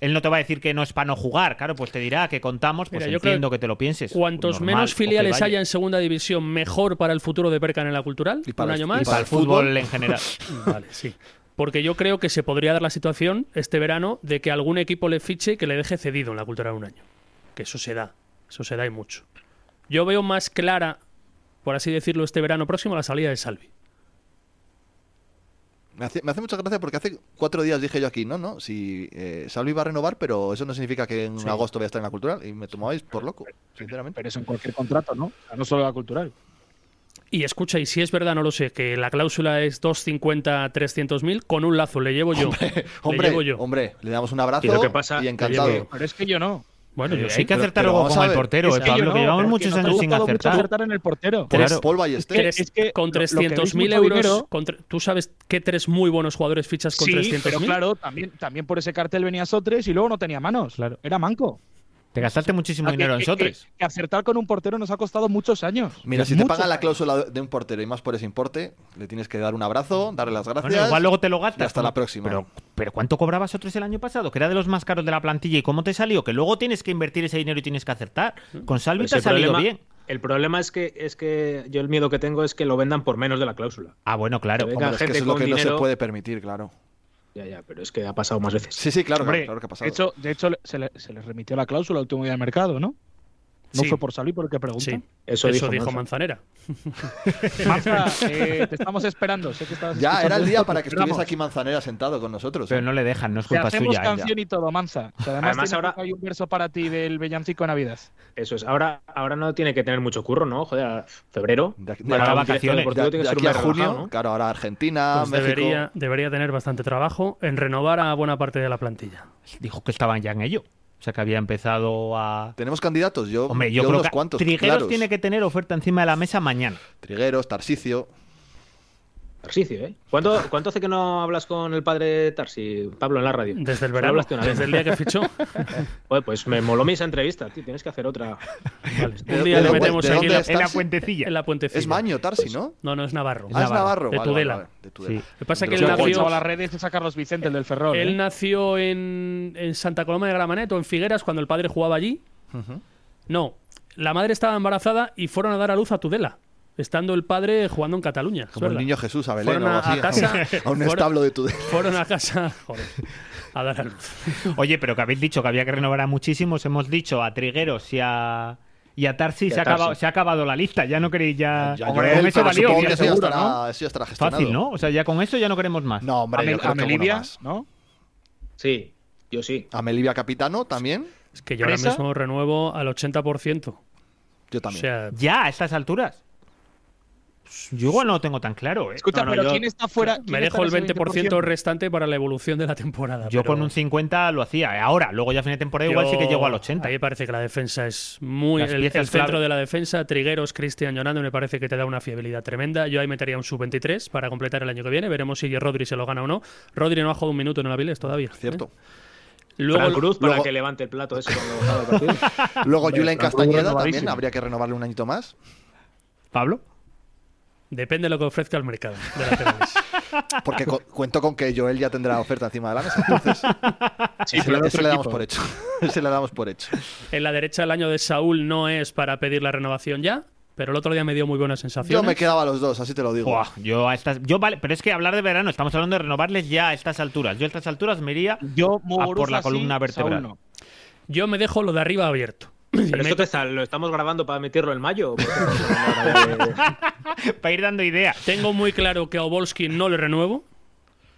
B: él no te va a decir que no es para no jugar, claro, pues te dirá que contamos, pues
E: Mira, yo creo
B: entiendo que te lo pienses.
E: Cuantos
B: Normal,
E: menos
B: o que
E: filiales
B: vaya.
E: haya en segunda división, mejor para el futuro de Percan en la cultural.
A: Y para
E: un
A: el-
E: año
A: y
E: más.
B: Y para el fútbol en general.
E: Vale, sí. Porque yo creo que se podría dar la situación este verano de que algún equipo le fiche y que le deje cedido en la cultural un año. Que eso se da. Eso se da y mucho. Yo veo más clara, por así decirlo, este verano próximo la salida de Salvi.
A: Me hace, me hace mucha gracia porque hace cuatro días dije yo aquí, no, no, si eh, Salvi va a renovar, pero eso no significa que en agosto voy a estar en la cultural. Y me tomabais por loco, sinceramente.
C: Pero eso en cualquier contrato, ¿no? O sea, no solo la cultural.
E: Y escucha, y si es verdad, no lo sé, que la cláusula es 250-300 mil, con un lazo le llevo yo.
A: hombre,
E: le llevo yo.
A: hombre, le damos un abrazo
D: Y
A: y,
D: lo que pasa-
A: encantado.
D: Oye,
C: Pero es que yo no.
E: Bueno, yo
B: Eh,
E: sí,
B: hay que
E: pero-
B: acertar
A: pero
B: algo
A: vamos
B: con
A: a
B: el
A: ver,
B: portero,
A: es
B: eh,
A: que yo
B: Pablo,
C: no,
B: que llevamos
C: es que
B: muchos
C: nos ha
B: años sin
C: costado mucho
B: acertar.
C: acertar en el
A: Paul-
C: portero.
B: claro.
A: Paul
C: que-
A: Ballester.
E: Tres-
C: es que
E: con
C: lo- lo que veis
E: 300.000
C: mucho
E: euros,
C: dinero-
E: con tre- tú sabes qué tres muy buenos jugadores fichas con
C: sí,
E: 300.000.
C: pero claro, también, también por ese cartel venía Sotres y luego no tenía manos.
B: Claro.
C: Era manco.
B: Te gastaste muchísimo
C: Ah, que-
B: dinero en
C: que-
B: Sotres.
C: Que, que acertar con un portero nos ha costado muchos años.
A: Mira, si te
C: Muchos
A: pagan la
C: años.
A: cláusula de un portero y más por ese importe, le tienes que dar un abrazo, darle las gracias.
B: Bueno, igual luego te lo gastas.
A: y hasta
B: ¿no?
A: la próxima.
B: Pero, pero ¿cuánto cobrabas otros el año pasado? Que era de los más caros de la plantilla. ¿Y cómo te salió? Que luego tienes que invertir ese dinero y tienes que acertar. Con Salvi te ha
D: Mm. Pero si Pues el
B: salido
D: problema-
B: bien.
D: El problema es que, es que yo el miedo que tengo es que lo vendan por menos de la cláusula.
B: Ah, bueno, claro.
D: Venga,
A: Hombre, es que
D: gente
A: eso es lo
D: con
A: que no
D: dinero.
A: se puede permitir, claro.
D: Ya, ya, pero es que ha pasado más veces.
A: Sí, sí, claro,
C: Hombre,
A: claro, claro que ha pasado.
C: De hecho, de hecho se, le- se les remitió la cláusula el último día de mercado, ¿no? No
E: Sí.
C: fue por salir, por el que pregunta.
E: Sí,
D: Eso dijo Manza.
E: Manzanera.
C: Manza, eh, te estamos esperando. Sé que estabas
A: ya
C: escuchando
A: era el día
C: esto,
A: para que
C: pero vamos,
A: estuviese aquí Manzanera sentado con nosotros.
B: Pero
A: ¿eh?
B: no le dejan, no es
C: Te
B: culpa
C: hacemos
B: suya. a ella.
C: canción y todo, Manza. Que además
D: Además,
C: tiene-
D: ahora-
C: hay un verso para ti del Bellancico de Navidad.
D: Eso es. Ahora, ahora no tiene que tener mucho curro, ¿no? Joder, a febrero.
A: De aquí- de
D: Para
A: aquí-
D: un director
B: vacaciones.
A: De-
D: deportivo
A: de
D: tiene que ser
A: aquí a
D: más
A: junio,
D: relajado, ¿no?
A: claro, ahora Argentina, Ah,
E: Pues
A: México.
E: debería, debería tener bastante trabajo en renovar a buena parte de la plantilla.
B: Dijo que estaban ya en ello. O sea, que había empezado a...
A: Tenemos candidatos, yo,
B: Hombre, yo, creo
A: unos
B: que
A: cuantos.
B: Trigueros
A: claros.
B: tiene que tener oferta encima de la mesa mañana.
A: Trigueros, Tarsicio.
D: Tarsicio, ¿eh? ¿Cuánto, ¿Cuánto hace que no hablas con el padre Tarsi, Pablo, en la radio?
E: Desde el
D: Solo
E: verano,
D: hablaste una vez.
E: desde el día que fichó.
D: Joder, pues me moló mi esa entrevista, tío. Tienes que hacer otra. Vale.
E: Un día
A: ¿De
E: le
A: dónde-
E: metemos
A: de
E: aquí
A: dónde
E: la-
A: es
E: en la,
A: Tarsi?
B: puentecilla.
E: en la puentecilla.
A: Es Maño, Tarsi, ¿no?
E: No, no, es Navarro.
A: Ah, es Navarro.
E: De
A: Vale,
E: Tudela.
A: vale, vale, de Tudela.
B: Sí.
E: Lo que pasa es que
C: Que
E: él
C: el
E: nació,
C: a las redes es a Carlos Vicente, el del Ferrol.
E: él
C: ¿eh?
E: nació en, en Santa Coloma de Gramanet o en Figueras cuando el padre jugaba allí. No, la madre estaba embarazada y fueron a dar a luz a Tudela, estando el padre jugando en Cataluña. es
A: Como el
E: verdad.
A: niño Jesús a Belén
E: Fueron
A: o algo
E: a-
A: así.
E: a casa.
A: a un
E: Fueron-
A: establo de Tudela.
E: Fueron a casa joder, a dar a luz.
B: Oye, pero que habéis dicho que había que renovar a muchísimos. Hemos dicho a Trigueros y a... Y a Tarsi,
D: Y a
B: se, ha acabado,
D: Tarsi.
B: se ha acabado la lista, ya no queréis ya...
A: Ya,
B: Hombre,
A: Joel,
B: con eso
A: pero
B: valió,
A: supongo
B: ya
A: que eso ya
B: seguro,
A: estará-
B: ¿no?
A: eso ya estará gestionado.
B: Fácil, ¿no? O sea, ya con eso ya no queremos más.
A: No, hombre, yo
C: Amel-
A: creo que alguno
C: Amelivia,
A: más.
C: ¿no?
D: Sí, yo sí.
A: Amelivia Capitano también.
E: Es que yo ahora
C: ¿Presa?
E: mismo renuevo al 80%.
A: Yo
E: O
A: también.
E: sea,
B: ¿Ya a estas alturas? Pues, Yo igual no lo tengo tan claro, ¿eh?
C: Escucha,
D: No, no,
C: pero
D: yo-
C: ¿quién está fuera?
E: me
C: quién está
E: dejo el
C: en ese
E: 20% restante para la evolución de la temporada.
B: Yo
E: pero
B: con un 50 lo hacía. ¿eh? Ahora, luego ya a fin de temporada igual
E: yo-
B: sí que llego al 80.
E: A mí me parece que la defensa es muy.
B: Las
E: El, el
B: piezas
E: centro
B: clave.
E: de la defensa, Trigueros, Cristian Llorando, me parece que te da una fiabilidad tremenda. Yo ahí metería un sub-23 para completar el año que viene. Veremos si Rodri se lo gana o no. Rodri no ha jugado un minuto en el Avilés todavía. ¿eh?
A: Cierto.
E: Luego,
D: Fran Cruz para
A: luego-
D: que levante el plato ese cuando acabe el partido.
A: Luego Julen
C: Franco
A: Castañeda
C: renovadísimo.
A: también habría que renovarle un añito más.
B: ¿eh? ¿Pablo?
E: depende de lo que ofrezca el mercado de laterales.
A: Porque co- cuento con que Joel ya tendrá oferta encima de la mesa. Entonces,
C: Sí,
A: ese
C: pero
A: le-
C: de
A: ese
C: otro
A: le damos
C: equipo.
A: por hecho. Ese le damos por hecho.
E: en la derecha, el año de Saúl no es para pedir la renovación ya, pero el otro día me dio muy buena sensación.
A: Yo me quedaba a los dos, así te lo digo.
B: Buah, yo a estas. Yo vale, pero es que hablar de verano, estamos hablando de renovarles ya a estas alturas. Yo a estas alturas me iría
C: Yo,
B: a por
C: Muguruza
B: la
C: sí,
B: columna
C: Saúl
B: vertebral.
C: no.
E: Yo me dejo lo de arriba abierto. Y
D: Pero esto
E: meto-
D: que está, lo estamos grabando para meterlo en mayo. Porque-
B: Para ir dando idea.
E: Tengo muy claro que a Obolski no le renuevo.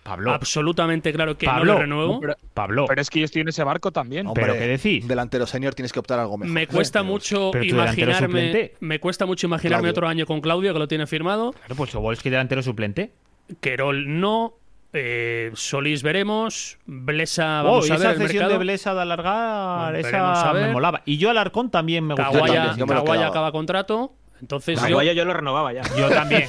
B: Pablo.
E: Absolutamente claro que
B: Pablo.
E: no le renuevo.
C: Pero-
B: Pablo.
C: Pero es que yo estoy en ese barco también.
B: Hombre, ¿Pero qué decís?
A: un Delantero senior tienes que optar a algo mejor.
E: Me cuesta mucho
B: Pero tu delantero
E: imaginarme.
B: suplente.
E: Me cuesta mucho imaginarme
A: Claudio.
E: otro año con Claudio, que lo tiene firmado.
B: Claro, pues Obolski delantero suplente.
E: Querol no. eh, Solís veremos. Blesa
B: Oh,
E: Ah, vamos
B: y
E: a ver
B: esa
E: el
B: cesión
E: mercado.
B: de Blesa de alargar,
E: Veremos
B: esa
E: a ver.
B: me molaba. Y yo Alarcón también me gustó.
A: Yo
E: Kawaya,
A: también, yo me lo
E: Kawaya
A: quedaba.
E: acaba contrato. Entonces yo-
D: Aguaya yo lo renovaba ya.
B: Yo también.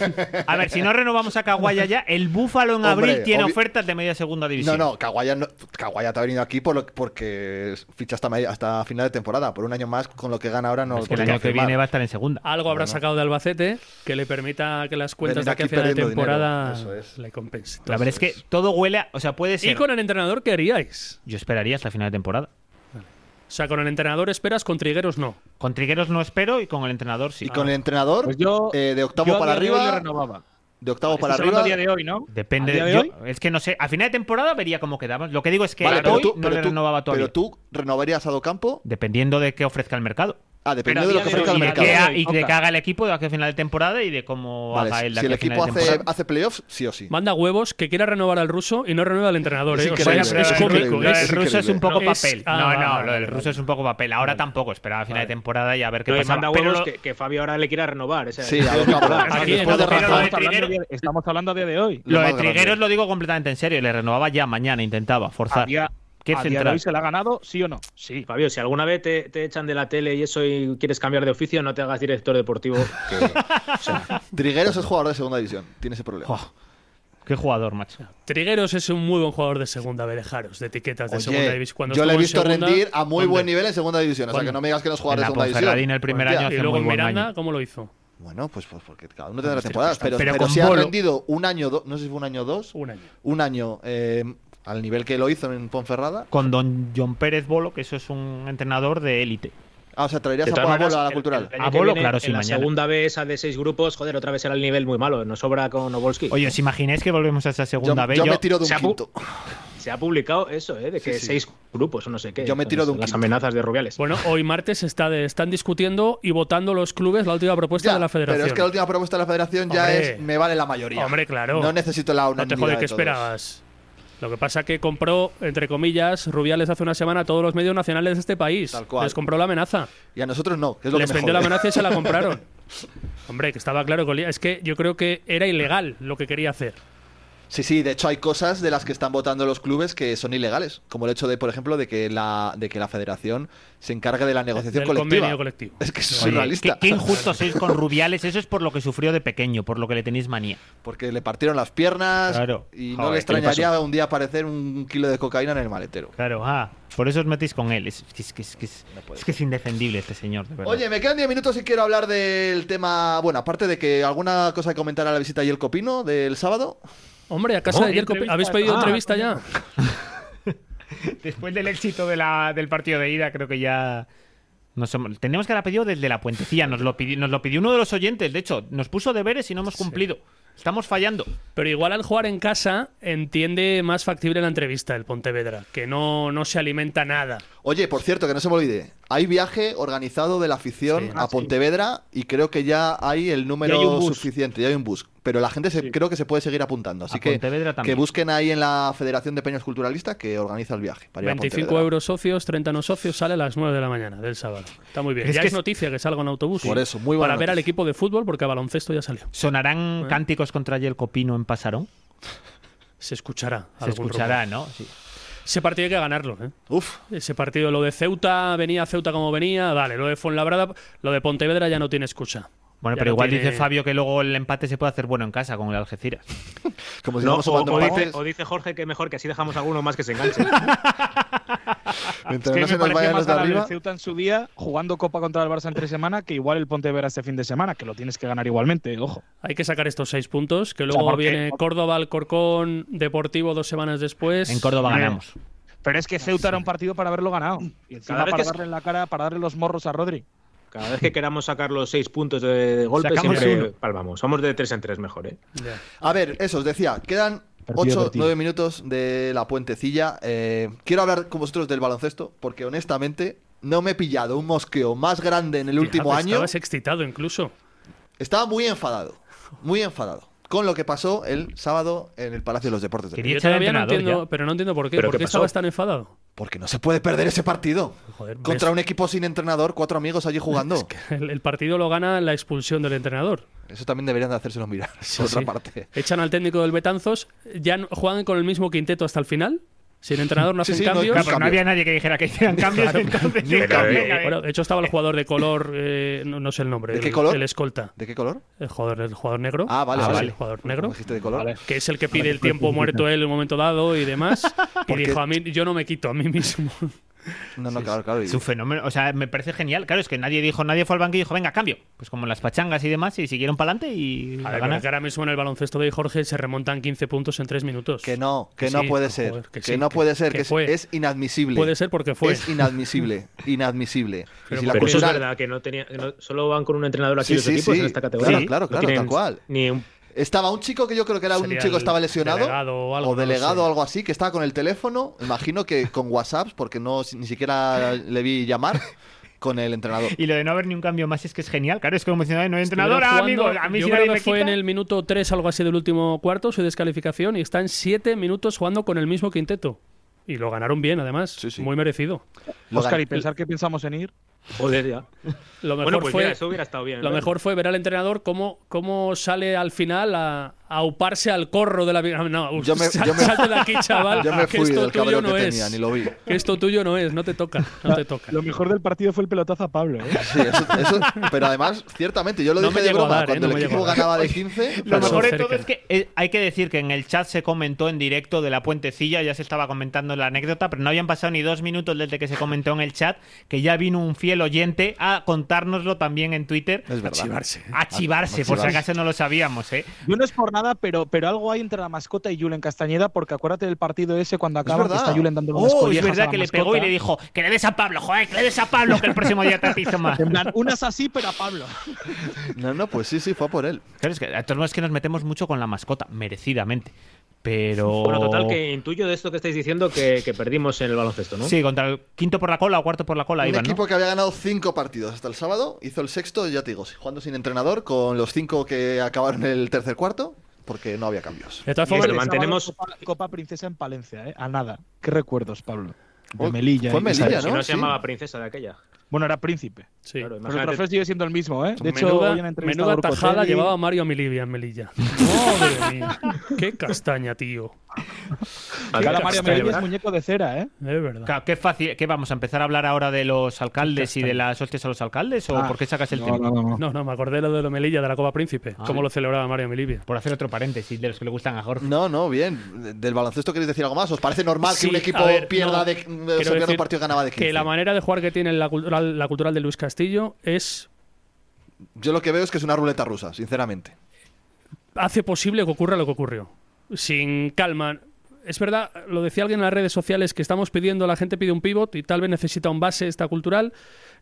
B: A ver, si no renovamos a Caguaya ya, el Búfalo en
A: Hombre,
B: abril tiene
A: obvi-
B: ofertas de media segunda
A: No,
B: división.
A: no, Kawaya, no- Kawaya te ha venido aquí por lo- porque ficha hasta, media- hasta final de temporada. Por un año más, con lo que gana ahora no
B: Es que el
A: podría
B: año que
A: firmar.
B: viene va a estar en segunda.
E: algo habrá sacado de Albacete que le permita que las
A: Venir
E: cuentas de aquí a
A: aquí
E: final de
A: perdiendo
E: temporada
A: dinero, eso es.
E: le compensen.
B: La verdad es que todo huele a... O sea, puede
E: ¿Y
B: ser...
E: con el entrenador qué haríais?
B: Yo esperaría hasta final de temporada.
E: O sea, con el entrenador esperas, con Trigueros no.
B: Con Trigueros no espero y con el entrenador sí.
A: Y con el entrenador,
C: Pues yo-
A: eh, de octavo
C: yo a
A: para
C: día de hoy
A: arriba,
C: le renovaba.
A: de octavo para
C: Estás hablando
A: arriba.
C: a día de hoy, ¿no?
B: Depende
C: ¿A día
B: de,
C: de
B: yo-
C: hoy?
B: Es que no sé. A final de temporada vería cómo quedamos. Lo que digo es que
A: Vale, pero
B: hoy
A: tú,
B: no
A: pero
B: le
A: tú-
B: renovaba todavía.
A: pero tú renovarías a Docampo,
B: Dependiendo de qué ofrezca el mercado.
A: ah,
C: Pero a
A: dependiendo de lo
C: día
A: que
C: de
A: ofrezca el
B: y,
C: hoy, a
B: de
C: mercado.
B: qué,
A: mercado.
B: ha- y
C: Oca.
B: de qué haga el equipo de aquí a final de temporada y de cómo
A: Vale,
B: haga él de
A: si el
B: aquí a
A: equipo
B: final de
A: hace,
B: temporada.
A: hace playoffs, sí o sí.
E: Manda huevos que quiera renovar al ruso y no renueva al entrenador.
A: Es
E: ¿eh? O sea,
A: increíble,
E: es,
B: Lo
E: es
A: es
E: cómico.
A: increíble.
E: ¿eh?
B: del
A: es
B: ruso es un poco
E: increíble.
B: papel.
E: Es- ah,
B: no,
E: vale,
B: no,
E: vale,
B: lo del
E: vale.
B: ruso es un poco papel. Ahora tampoco, esperaba a final de temporada y a ver qué
D: No, y
B: pasa.
D: manda
B: Pero
D: huevos
B: lo-
D: que, que Fabio ahora le quiera renovar. o sea,
A: Sí, a Docampo.
E: Aquí en
A: Después de Rafa,
B: Pero lo de
E: Docampo-
C: estamos, hablando a
B: Trigueros-
C: día- estamos hablando a día de hoy.
A: Lo
B: Lo de
A: más grande.
B: Trigueros lo digo completamente en serio. Le renovaba ya mañana, intentaba
C: A
B: forzar.
C: día,
B: ¿Qué
C: a día de
B: central?
C: hoy se la ha ganado, sí o no.
D: Sí, Fabio, si alguna vez te, te echan de la tele y eso y quieres cambiar de oficio, no te hagas director deportivo. que- o sea,
A: Trigueros es jugador de segunda división, tiene ese problema.
B: Jo, qué jugador, macho.
E: Trigueros es un muy buen jugador de segunda, B, dejaros, de etiquetas de
A: Oye,
E: segunda división. Cuando
A: yo le he
E: estuvo en
A: visto
E: segunda,
A: rendir a muy
E: ¿dónde?
A: buen nivel en segunda división, o sea que no me digas que no es jugador
B: En
A: de
B: la
A: segunda
B: Ponferradina
A: división.
B: el primer
A: Hostia.
B: año hace
E: Y luego
B: muy
E: en
B: buen
E: Miranda,
B: año.
E: ¿cómo lo hizo?
A: Bueno, pues, pues porque cada uno tendrá temporadas, pero,
B: pero
A: pero,
B: con
A: si ha
B: Bolo-
A: rendido un año, do- no sé si fue un año o dos,
E: Un año.
A: un año eh, al nivel que lo hizo en Ponferrada.
B: Con don John Pérez Bolo, que eso es un entrenador de élite.
A: Ah, o sea, traerías
D: de
A: a
D: todas
A: Juan
D: maneras,
A: Bolo a la
D: el-
A: cultural.
D: el año
B: A
D: que
B: Bolo,
D: viene,
B: claro, sí,
D: en la
B: mañana.
D: segunda vez esa de seis grupos, joder, otra vez será el nivel muy malo. No sobra con Obolski.
B: Oye, ¿os imagináis que volvemos a esa
A: Yo,
B: segunda vez?
A: yo me tiro de
D: se
A: un
D: ha pu-
A: quinto.
D: Se ha publicado eso, ¿eh? De que
A: Sí, sí.
D: seis grupos o no sé qué.
A: Yo me
D: con
A: tiro de
D: eso,
A: un
D: Las
A: quinto.
D: amenazas de Rubiales.
E: Bueno, hoy martes está de- están discutiendo y votando los clubes la última propuesta
A: Ya,
E: de la federación.
A: Pero es que la última propuesta de la federación ya
E: Hombre.
A: es me vale la mayoría.
E: Hombre, claro.
A: No necesito la
E: No te
A: unanimidad.
E: jode que
A: de todos.
E: esperabas. Lo que pasa que compró, entre comillas, Rubiales hace una semana a todos los medios nacionales de este país.
A: Tal cual.
E: Les compró la amenaza.
A: Y a nosotros no, que es lo
E: Les
A: que me
E: vendió la
A: jode.
E: amenaza y se la compraron. Hombre, que estaba claro que olía- Es que yo creo que era ilegal lo que quería hacer.
A: Sí, sí, de hecho hay cosas de las que están votando los clubes que son ilegales, como el hecho de, por ejemplo, de que la, de que la federación se encargue de la negociación
E: Del
A: colectiva.
E: convenio colectivo.
A: Es que eso es
B: Oye,
A: surrealista,
B: qué, qué injusto sois con Rubiales. Eso es por lo que sufrió de pequeño, por lo que le tenéis manía.
A: porque le partieron las piernas
B: Claro.
A: y no
B: Joder,
A: le
B: ¿qué le
A: extrañaría un día aparecer un kilo de cocaína en el maletero.
B: Claro, ah, por eso os metéis con él. Es, que- es que- es que- es-
A: puede
B: es que es indefendible este señor, de verdad.
A: Oye, me quedan 10 minutos y quiero hablar del tema, bueno, aparte de que alguna cosa que comentar a la visita y el copino del sábado.
E: Hombre, a casa
D: No,
E: de ayer
D: entrevista.
E: habéis pedido
D: Ah.
E: entrevista ya.
B: Después del éxito de la- del partido de ida, creo que ya. Nos hemos- tenemos que haber pedido desde la puentecilla. Nos lo, pidió, nos lo pidió uno de los oyentes. De hecho, nos puso deberes y no hemos cumplido. Estamos fallando.
E: Pero igual al jugar en casa entiende más factible la entrevista el Pontevedra, que no, no se alimenta nada.
A: Oye, por cierto, que no se me olvide, hay viaje organizado de la afición
E: Sí.
A: a Pontevedra y creo que ya hay el número
D: Ya hay un bus.
A: suficiente, ya hay un bus. Pero la gente se- creo que se puede seguir apuntando, así
B: A
A: que,
B: Pontevedra
A: que
B: también.
A: busquen ahí en la Federación de Peños Culturalistas que organiza el viaje. Para ir a
E: 25
A: Pontevedra.
E: euros socios, 30 no socios, sale a las 9 de la mañana del sábado. Está muy bien.
B: Es
E: ya
B: que
E: es
B: es-
E: noticia que salga en autobús.
A: Por eso, muy buena
E: Para ver al
A: noticia.
E: equipo de fútbol, porque a baloncesto ya salió.
B: ¿Sonarán cánticos contra el Copino en Pasarón?
E: Se escuchará.
B: Se
E: algún
B: escuchará,
E: rumor.
B: ¿no? Sí.
E: Ese partido hay que ganarlo. ¿eh?
A: Uf,
E: Ese partido, lo de Ceuta, venía Ceuta como venía, vale. Lo de Fuenlabrada, lo de Pontevedra ya no tiene excusa.
B: Bueno,
E: Ya
B: pero
E: no
B: igual
E: tiene-
B: dice Fabio que luego el empate se puede hacer bueno en casa con el Algeciras.
A: como si
D: No,
A: no,
D: o,
A: sumando
D: o dice,
A: empates,
D: o dice Jorge que mejor que así dejamos a alguno más que se enganche.
A: mientras
C: que
A: no
C: me
A: se nos
C: pareció
A: vayan
C: más
A: los de
C: ganable
A: arriba.
C: el Ceuta en su día jugando Copa contra el Barça entre semana que igual el Pontevedra este fin de semana, que lo tienes que ganar igualmente, ojo.
E: Hay que sacar estos seis puntos, que
C: sea,
E: luego
C: porque-
E: viene Córdoba, Alcorcón, Deportivo dos semanas después.
B: En Córdoba
C: Hombre.
B: ganamos.
C: Pero es que Ceuta era un partido para haberlo ganado. Y encima
D: Cada vez
C: para
D: que se-
C: darle en la cara, para darle los morros a Rodri.
D: Cada vez que queramos sacar los seis puntos de, de golpe,
B: Sacamos
D: siempre
B: uno.
D: palmamos. Somos de tres en tres mejor, ¿eh?
A: A ver, eso os decía, quedan
C: Partido,
A: 8,
C: partido.
A: 9 minutos de la puentecilla. Eh, quiero hablar con vosotros del baloncesto, porque honestamente no me he pillado un mosqueo más grande en el último
E: Fíjate,
A: año.
E: Estabas excitado incluso.
A: Estaba muy enfadado, muy enfadado con lo que pasó el sábado en el Palacio de los Deportes. de
B: Quería- Y
E: yo
B: echar al
E: todavía no
B: entrenador
E: entiendo,
B: ya.
E: pero no entiendo por qué.
D: ¿Pero
E: ¿Por
D: qué
E: qué
D: pasó?
E: estabas tan enfadado?
A: Perú. Porque no se puede perder ese partido.
E: Joder,
A: Contra
E: ves-
A: un equipo sin entrenador, cuatro amigos allí jugando.
E: El, el partido lo gana la expulsión del entrenador.
A: Eso también deberían de hacérselo mirar, por otra
E: Sí.
A: parte.
E: Echan al técnico del Betanzos, ya no- juegan con el mismo quinteto hasta el final. Sin entrenador no
A: Sí,
E: hacen
A: sí, no hay
E: cambios.
B: Claro, pero no
A: Cambio.
B: había nadie que dijera que hicieran cambios. entonces,
A: ni un
B: venga,
A: cambio.
B: venga, venga.
E: Bueno, de hecho estaba el jugador de color, eh, no, no sé el nombre.
A: ¿De qué
E: el-
A: color?
E: El escolta.
A: ¿De qué color?
E: El jugador, el jugador negro.
A: Ah, vale,
E: Sí,
A: vale.
E: El jugador negro.
A: ¿Me dijiste de color?
C: Vale.
E: Que es el que pide el
B: pues,
E: tiempo muerto él en un momento dado y demás. Y
A: Porque-
E: dijo, a mí, yo no me quito a mí mismo.
A: No, no, claro, claro. y-
B: Su fenómeno, o sea, me parece genial. Claro, es que nadie dijo, nadie fue al banco y dijo, venga, cambio. Pues como las pachangas y demás, y siguieron para adelante y
E: A
B: la
E: ver,
B: gana.
E: pero que ahora mismo en el baloncesto de Jorge se remontan 15 puntos en 3 minutos.
A: Que no, que no
E: Sí,
A: puede ser.
E: joder,
A: que
E: que sí,
A: no
E: que-
A: puede ser, que,
E: que
A: es-
E: fue.
A: es, inadmisible.
E: Puede ser porque fue.
A: Es inadmisible, inadmisible. Y
E: Pero
A: si la
D: Pero eso
E: porque-
D: es
A: cultural-
D: verdad, que no tenía, que no- solo van con un entrenador
A: Sí,
D: así los
A: sí,
D: equipos
A: sí.
D: en esta categoría.
A: Sí, claro,
D: No
A: claro,
D: tienen
A: tal cual.
D: Ni un-
A: Estaba un chico que yo creo que era un
E: Sería
A: chico que
E: el
A: estaba lesionado.
E: delegado o algo, no lo
A: delegado
E: sé.
A: o algo así, que estaba con el teléfono, imagino que con WhatsApps, porque no ni siquiera le vi llamar con el entrenador.
B: Y lo de no haber ni un cambio más es que es genial. Claro, es que como diciendo, no hay
E: Estuvieron
B: entrenador,
E: jugando,
B: amigos. A mí
E: yo
B: si
E: creo
B: nadie
E: que
B: me
E: fue en
B: quita.
E: el minuto 3, algo así del último cuarto, su descalificación, y está en 7 minutos jugando con el mismo quinteto. Y lo ganaron bien, además.
A: Sí, sí.
E: Muy merecido.
A: Lo
C: Oscar,
A: gan-
C: y pensar que pensamos en ir.
D: Joder, ya.
E: Lo mejor
D: Bueno, pues
E: fue...
D: mira, eso hubiera estado bien.
E: Lo
D: ¿no?
E: mejor fue ver al entrenador cómo, cómo sale al final a, a uparse al corro de la. No,
A: Yo me-
E: sal-
A: yo me-
E: salte de aquí, chaval.
A: yo me
E: Ah, que
A: fui
E: esto
A: del
E: tuyo
A: cabreo
E: no
A: que
E: es.
A: tenía, ni lo vi.
E: Que esto tuyo no es, no te toca. No te toca.
C: Lo mejor del partido fue el pelotazo a Pablo. ¿eh?
A: Sí, eso- eso- pero además, ciertamente, yo lo
E: No
A: dije
E: me
A: de
E: llegó a
A: broma,
E: dar, ¿eh?
A: cuando
E: No
A: el
E: me
A: equipo
E: llegó a dar.
A: ganaba de pues 15,
B: Lo
E: Pasó
B: mejor de
E: cerca.
B: todo es que eh, hay que decir que en el chat se comentó en directo de la puentecilla, ya se estaba comentando la anécdota, pero no habían pasado ni dos minutos desde que se comentó en el chat, que ya vino un fiel oyente a contárnoslo también en Twitter.
A: es verdad.
B: A chivarse, por si
A: Chivarse.
B: acaso no lo sabíamos, ¿eh?
C: Yo no es por nada, pero, pero algo hay entre la mascota y Julen Castañeda, porque acuérdate del partido ese cuando acaba que
A: verdad.
C: está Julen dándole unas
B: Oh, es
C: collejas a
B: verdad
C: la
B: que le
C: mascota.
B: pegó y le dijo, que le des a Pablo, joder, que le des a Pablo, que el próximo día te atizo más.
C: En plan, uh. unas así, pero a Pablo.
A: No, no, pues sí, sí, fue a por él.
B: Claro, es que a todos modos es que nos metemos mucho con la mascota, merecidamente. Pero.
D: Bueno, total, que intuyo de esto que estáis diciendo que, que perdimos en el baloncesto, ¿no?
B: Sí, contra el quinto por la cola o cuarto por la cola
A: Un
B: iban, ¿no?
A: equipo que había ganado cinco partidos hasta el sábado, hizo el sexto, ya te digo, jugando sin entrenador, con los cinco que acabaron el tercer cuarto, porque no había cambios.
E: De todas
D: Y
E: formas,
D: este man- mantenemos-
C: Copa, Copa Princesa en Palencia, ¿eh? A nada. ¿Qué recuerdos, Pablo? De
A: Oh,
C: Melilla.
A: fue
C: y
A: Melilla,
C: esas-
D: Si
A: ¿no?
D: no,
A: Sí.
D: se llamaba princesa de aquella.
C: Bueno, era príncipe.
E: sí.
C: Pero
D: Claro,
C: el
D: imagínate.
C: trofeo sigue siendo el mismo, ¿eh? De hecho,
E: menuda,
C: hoy en entrevista
E: menuda
C: a Urcotelli-
E: tajada llevaba Mario Milivia en Melilla. Madre mía. Qué castaña, tío.
C: Cara,
D: Alcalá
C: Mario
D: Castelló,
C: Melilla es
D: ¿verdad?
C: muñeco de cera, ¿eh?
E: Es verdad.
B: Claro, qué fácil. ¿Qué vamos a empezar a hablar ahora de los alcaldes y de las hostias a los alcaldes? ¿O
C: Ah,
B: por qué sacas el tema?
E: No, no, me acordé lo de lo Melilla de la Copa Príncipe.
A: Ah,
E: Cómo lo celebraba Mario Milivia.
B: Por hacer otro paréntesis de los que le gustan a Jorge.
A: No, no, bien. De- ¿Del baloncesto queréis decir algo más? ¿Os parece normal
E: Sí,
A: que un equipo
E: a ver,
A: pierda
E: no,
A: de,
E: quiero
A: o sea, pierda un
E: decir
A: partido y ganaba de 15?
E: Que la manera de jugar que tiene la cultural, la cultural de Luis Castillo es
A: Yo lo que veo es que es una ruleta rusa, sinceramente.
E: hace posible que ocurra lo que ocurrió. Sin calma. Es verdad, lo decía alguien en las redes sociales, que estamos pidiendo, la gente pide un pivot y tal vez necesita un base, está cultural,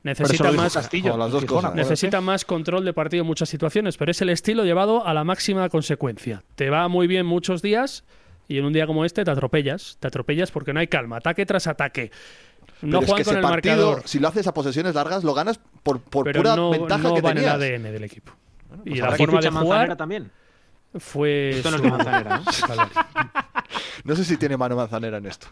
E: necesita más,
A: O las dos
C: Gijona,
A: cosas.
E: necesita más control de partido en muchas situaciones, pero es el estilo llevado a la máxima consecuencia. Te va muy bien muchos días y en un día como este te atropellas, te atropellas porque no hay calma, ataque tras ataque.
A: Pero
E: No
A: es
E: juegan
A: que
E: con
A: ese
E: el
A: partido,
E: marcador
A: si lo haces a posesiones largas, lo ganas por, por
E: pero
A: pura
E: no,
A: ventaja
E: no
A: que
E: va en el
A: tenías.
E: ADN del equipo. y la
D: Ahora pues que
E: forma de
D: ficha Manzanera
E: jugar
D: también.
E: fue.
D: Esto no es
E: su-
D: de Manzanera, ¿eh? ¿no?
A: No sé si tiene mano manzanera en esto.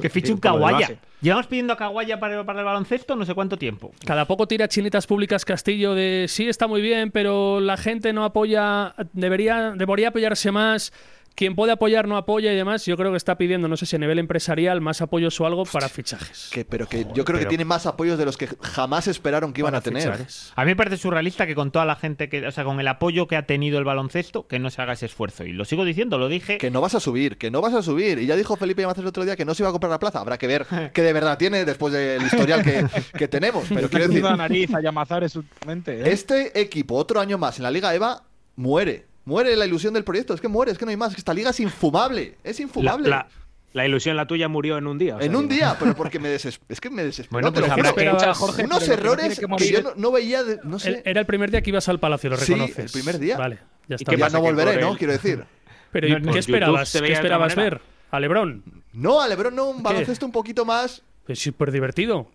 B: Que fiche un
D: como de
B: Kawaya.
D: base.
B: Llevamos pidiendo a Kawaya para, para el baloncesto no sé cuánto tiempo.
E: Cada poco tira chinitas públicas Castillo de sí está muy bien, pero la gente no apoya, debería, debería apoyarse más. Quien puede apoyar no apoya y demás. Yo creo que está pidiendo, no sé si a nivel empresarial, más apoyos o algo para fichajes.
A: Que, pero que yo creo que tiene más apoyos de los que jamás esperaron que iban
E: Para
A: a tener.
E: fichajes.
B: A mí me parece surrealista que con toda la gente que, o sea, con el apoyo que ha tenido el baloncesto, que no se haga ese esfuerzo. Y lo sigo diciendo, lo dije.
A: Que no vas a subir, que no vas a subir. Y ya dijo Felipe Llamaces el otro día que no se iba a comprar la plaza. Habrá que ver qué de verdad tiene después del historial que, que tenemos. Pero quiero decir,
C: la nariz a Yamazares últimamente, ¿eh?
A: este equipo, otro año más en la Liga EVA, muere. Muere la ilusión del proyecto. Es que muere, es que no hay más. Es que esta liga es infumable. Es
D: La,
A: infumable.
D: la- la ilusión, la tuya, murió en un día. o sea
A: en un
D: que-
A: día, pero porque me desesperó. Es que me desesperó.
B: Bueno,
A: te lo
B: pues habrá
A: juro.
B: que-
C: Escucha, Jorge,
A: Unos
C: pero que no
A: errorir
C: tiene que
A: que,
C: morir.
A: yo no, no veía. de- no sé.
E: El- Era el primer día que ibas al Palacio, lo
A: Sí,
E: reconoces.
A: el primer día.
E: Vale, ya está.
A: que ya
D: pasa?
A: no
D: Que
A: volveré,
D: por
A: ¿no?
D: el-
A: Quiero decir.
E: Pero ¿y
D: No, no,
E: ¿qué
D: en YouTube
E: esperabas?
D: se
E: ¿Qué
D: veía de otra
E: esperabas
D: manera.
E: ver? ¿A Lebrón?
A: No, a Lebron no, un baloncesto un poquito más.
E: Es súper divertido.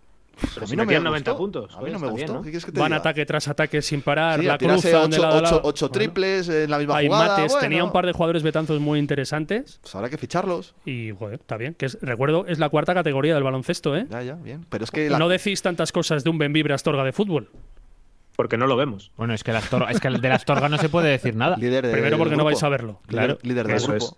D: Pero
A: A
D: si
A: mí no me
D: metían
A: gustó.
D: 90 puntos.
A: A mí no me
D: joder, está
A: gustó.
D: bien,
A: ¿Qué quieres que te
E: Van
A: diga?
E: ataque tras ataque sin parar,
A: Sí,
E: la
A: a tirarse
E: cruzan de
A: ocho-
E: lado a lado.
A: ocho- ocho
E: Bueno.
A: triples en la misma
E: Hay
A: jugada.
E: mates,
A: bueno.
E: tenía un par de jugadores betanzos muy interesantes
A: Pues habrá que ficharlos.
E: y, joder, está bien. Que es- recuerdo, es la cuarta categoría del baloncesto, ¿eh?
A: Ya, ya, bien. Pero es que la-
E: No decís tantas cosas de un Benvibre Astorga de fútbol.
D: Porque no lo vemos.
B: Bueno, es que, el Astor- es que el de la Astorga no se puede decir nada.
A: líder del
E: Primero porque no
A: grupo.
E: vais a verlo.
A: Líder- Líder del
D: Eso
A: grupo.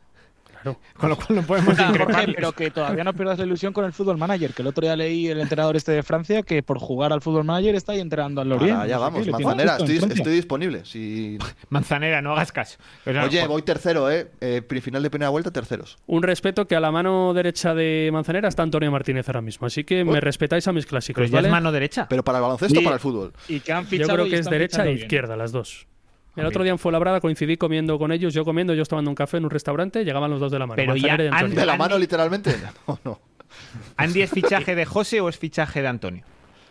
B: Con lo cual no podemos
C: Jorge,
B: increparles.
C: pero que todavía no pierdas la ilusión con el fútbol manager, que el otro día leí el entrenador este de Francia que por jugar al fútbol manager está ahí entrenando al Lorient.
A: Ahora, ya
C: no sé
A: vamos,
C: qué, le tiene
A: Manzanera,
C: puesto en
A: estoy,
C: Francia.
A: estoy disponible. Si...
B: Manzanera, no hagas caso. O sea,
A: Oye,
B: por-
A: voy tercero, ¿eh? Eh, pri- Final de primera vuelta, terceros.
E: Un respeto que a la mano derecha de Manzanera está Antonio Martínez ahora mismo. Así que me respetáis a mis clásicos,
B: pero ya
E: pues ¿vale?
B: es mano derecha.
A: Pero para el baloncesto o
C: Sí.
A: para el fútbol.
C: Y que han
E: Yo
C: fichado
E: creo
C: y
E: que es
C: están
E: derecha
C: fichando
E: e
C: bien.
E: izquierda, las dos. El otro día en Fuenlabrada coincidí comiendo con ellos, yo comiendo, ellos tomando un café en un restaurante, llegaban los dos de la mano.
B: Pero ya
E: Manzanera y Antonio.
B: antes-
A: ¿De la
B: Andy-
A: mano, literalmente? No, no.
B: ¿Andy es fichaje de José o es fichaje de Antonio?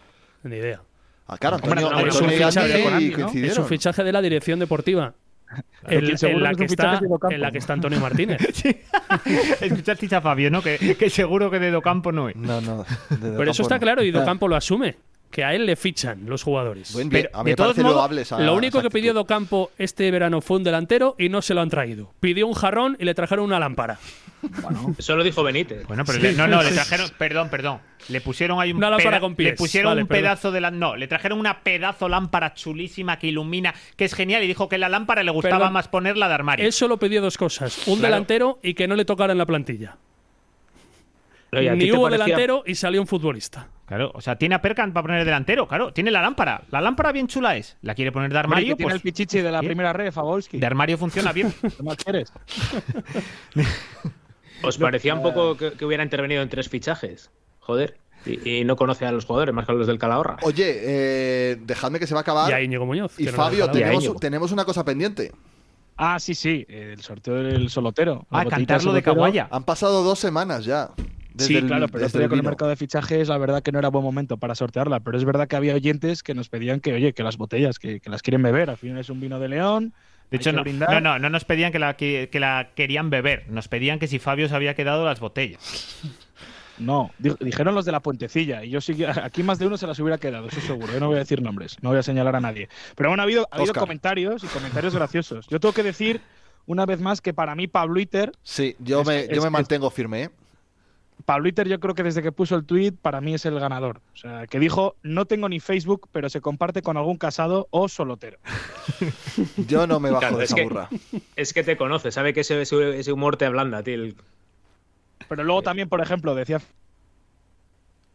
E: Ni idea.
A: Ah, claro,
D: Hombre,
A: Antonio,
D: no, no,
A: Antonio
D: es un
A: y
E: fichaje
A: Andy
E: con
C: Andy, ¿no?
E: Es
A: coincidieron.
E: un fichaje de la dirección deportiva.
C: Pero
E: El-
C: que seguro
E: en,
C: que
E: la
C: es
E: que
C: un fichaje
E: está,
C: de Docampo.
E: en la que está Antonio Martínez.
B: Escuchaste a Fabio, ¿no? Que, que seguro que de Docampo no es.
A: No, no. de- de
E: Pero
A: campo
E: eso está
A: no.
E: claro y Docampo lo asume, que a él le fichan los jugadores.
A: Buen bien,
B: Pero,
A: a mí
B: de
A: me
B: todos
A: parece
B: modos,
A: loable esa-
E: Lo único
A: esa
E: que pidió
A: actitud.
E: Docampo este verano fue un delantero y no se lo han traído. Pidió un jarrón y le trajeron una lámpara.
D: Eso lo dijo Benítez.
B: Bueno, pero le- no, no, le trajeron, perdón, perdón. Le pusieron ahí un
E: Una lámpara
B: peda-
E: con pies.
B: Le pusieron
E: Vale,
B: un
E: perdón.
B: pedazo de la, no, le trajeron una pedazo lámpara chulísima que ilumina, que es genial y dijo que la lámpara le gustaba
E: Perdón.
B: más ponerla de armario.
E: Él solo pidió dos cosas: un
B: Claro.
E: delantero y que no le tocaran la plantilla.
D: Oye, ¿a ti
E: Ni
D: te
E: hubo
D: parecía-
E: delantero y salió un futbolista.
B: Claro, o sea, tiene a Perkan para poner el delantero, claro, tiene la lámpara. La lámpara bien chula es. La quiere poner de
C: Hombre, que
B: armario,
C: tiene el
B: pues
C: pichichi de la
B: ¿Qué?
C: primera red, Fabolski.
B: de armario funciona bien.
C: ¿Qué más quieres?
D: ¿Os parecía un poco que, que hubiera intervenido en tres fichajes? Joder. Y, y no conoce a los jugadores, más que a los del Calahorra.
A: Oye, eh, dejadme que se va a acabar.
E: Y a Íñigo Muñoz.
A: Y
E: que no
A: Fabio,
E: lo dejaron.
A: tenemos,
D: Y a Íñigo.
A: tenemos una cosa pendiente.
C: Ah, sí, sí, el sorteo del solotero. la
B: Ah,
C: botellita
B: cantarlo de
C: solotero.
B: Caguaya.
A: Han pasado dos semanas ya. desde
C: sí,
A: el-
C: claro, pero
A: desde
C: este día
A: el
C: con el
A: vino.
C: mercado de fichajes, la verdad que no era buen momento para sortearla. Pero es verdad que había oyentes que nos pedían que, oye, que las botellas, que, que las quieren beber. Al final es un vino de León.
B: De
C: hay
B: hecho,
C: que
B: no,
C: brindar.
B: no, no, no nos pedían que la, que, que la querían beber, nos pedían que si Fabio se había quedado las botellas.
C: No, di- dijeron los de la puentecilla. Y yo sí que aquí más de uno se las hubiera quedado, eso seguro. Yo no voy a decir nombres, no voy a señalar a nadie. Pero bueno, ha habido, ha habido
A: Óscar.
C: comentarios y comentarios graciosos. Yo tengo que decir una vez más que para mí Pabloiter,
A: Sí, yo
C: Es-
A: me,
C: es-
A: yo me
C: es-
A: mantengo firme. ¿eh?
C: Pabloiter yo creo que desde que puso el tweet para mí es el ganador. O sea, que dijo, no tengo ni Facebook, pero se comparte con algún casado o solotero.
A: Yo no me bajo
D: Claro,
A: de
D: es
A: esa
D: que-
A: burra.
D: Es que te conoce, sabe que ese, ese- ese humor te ablanda a ti. el-
C: Pero luego también, por ejemplo, decía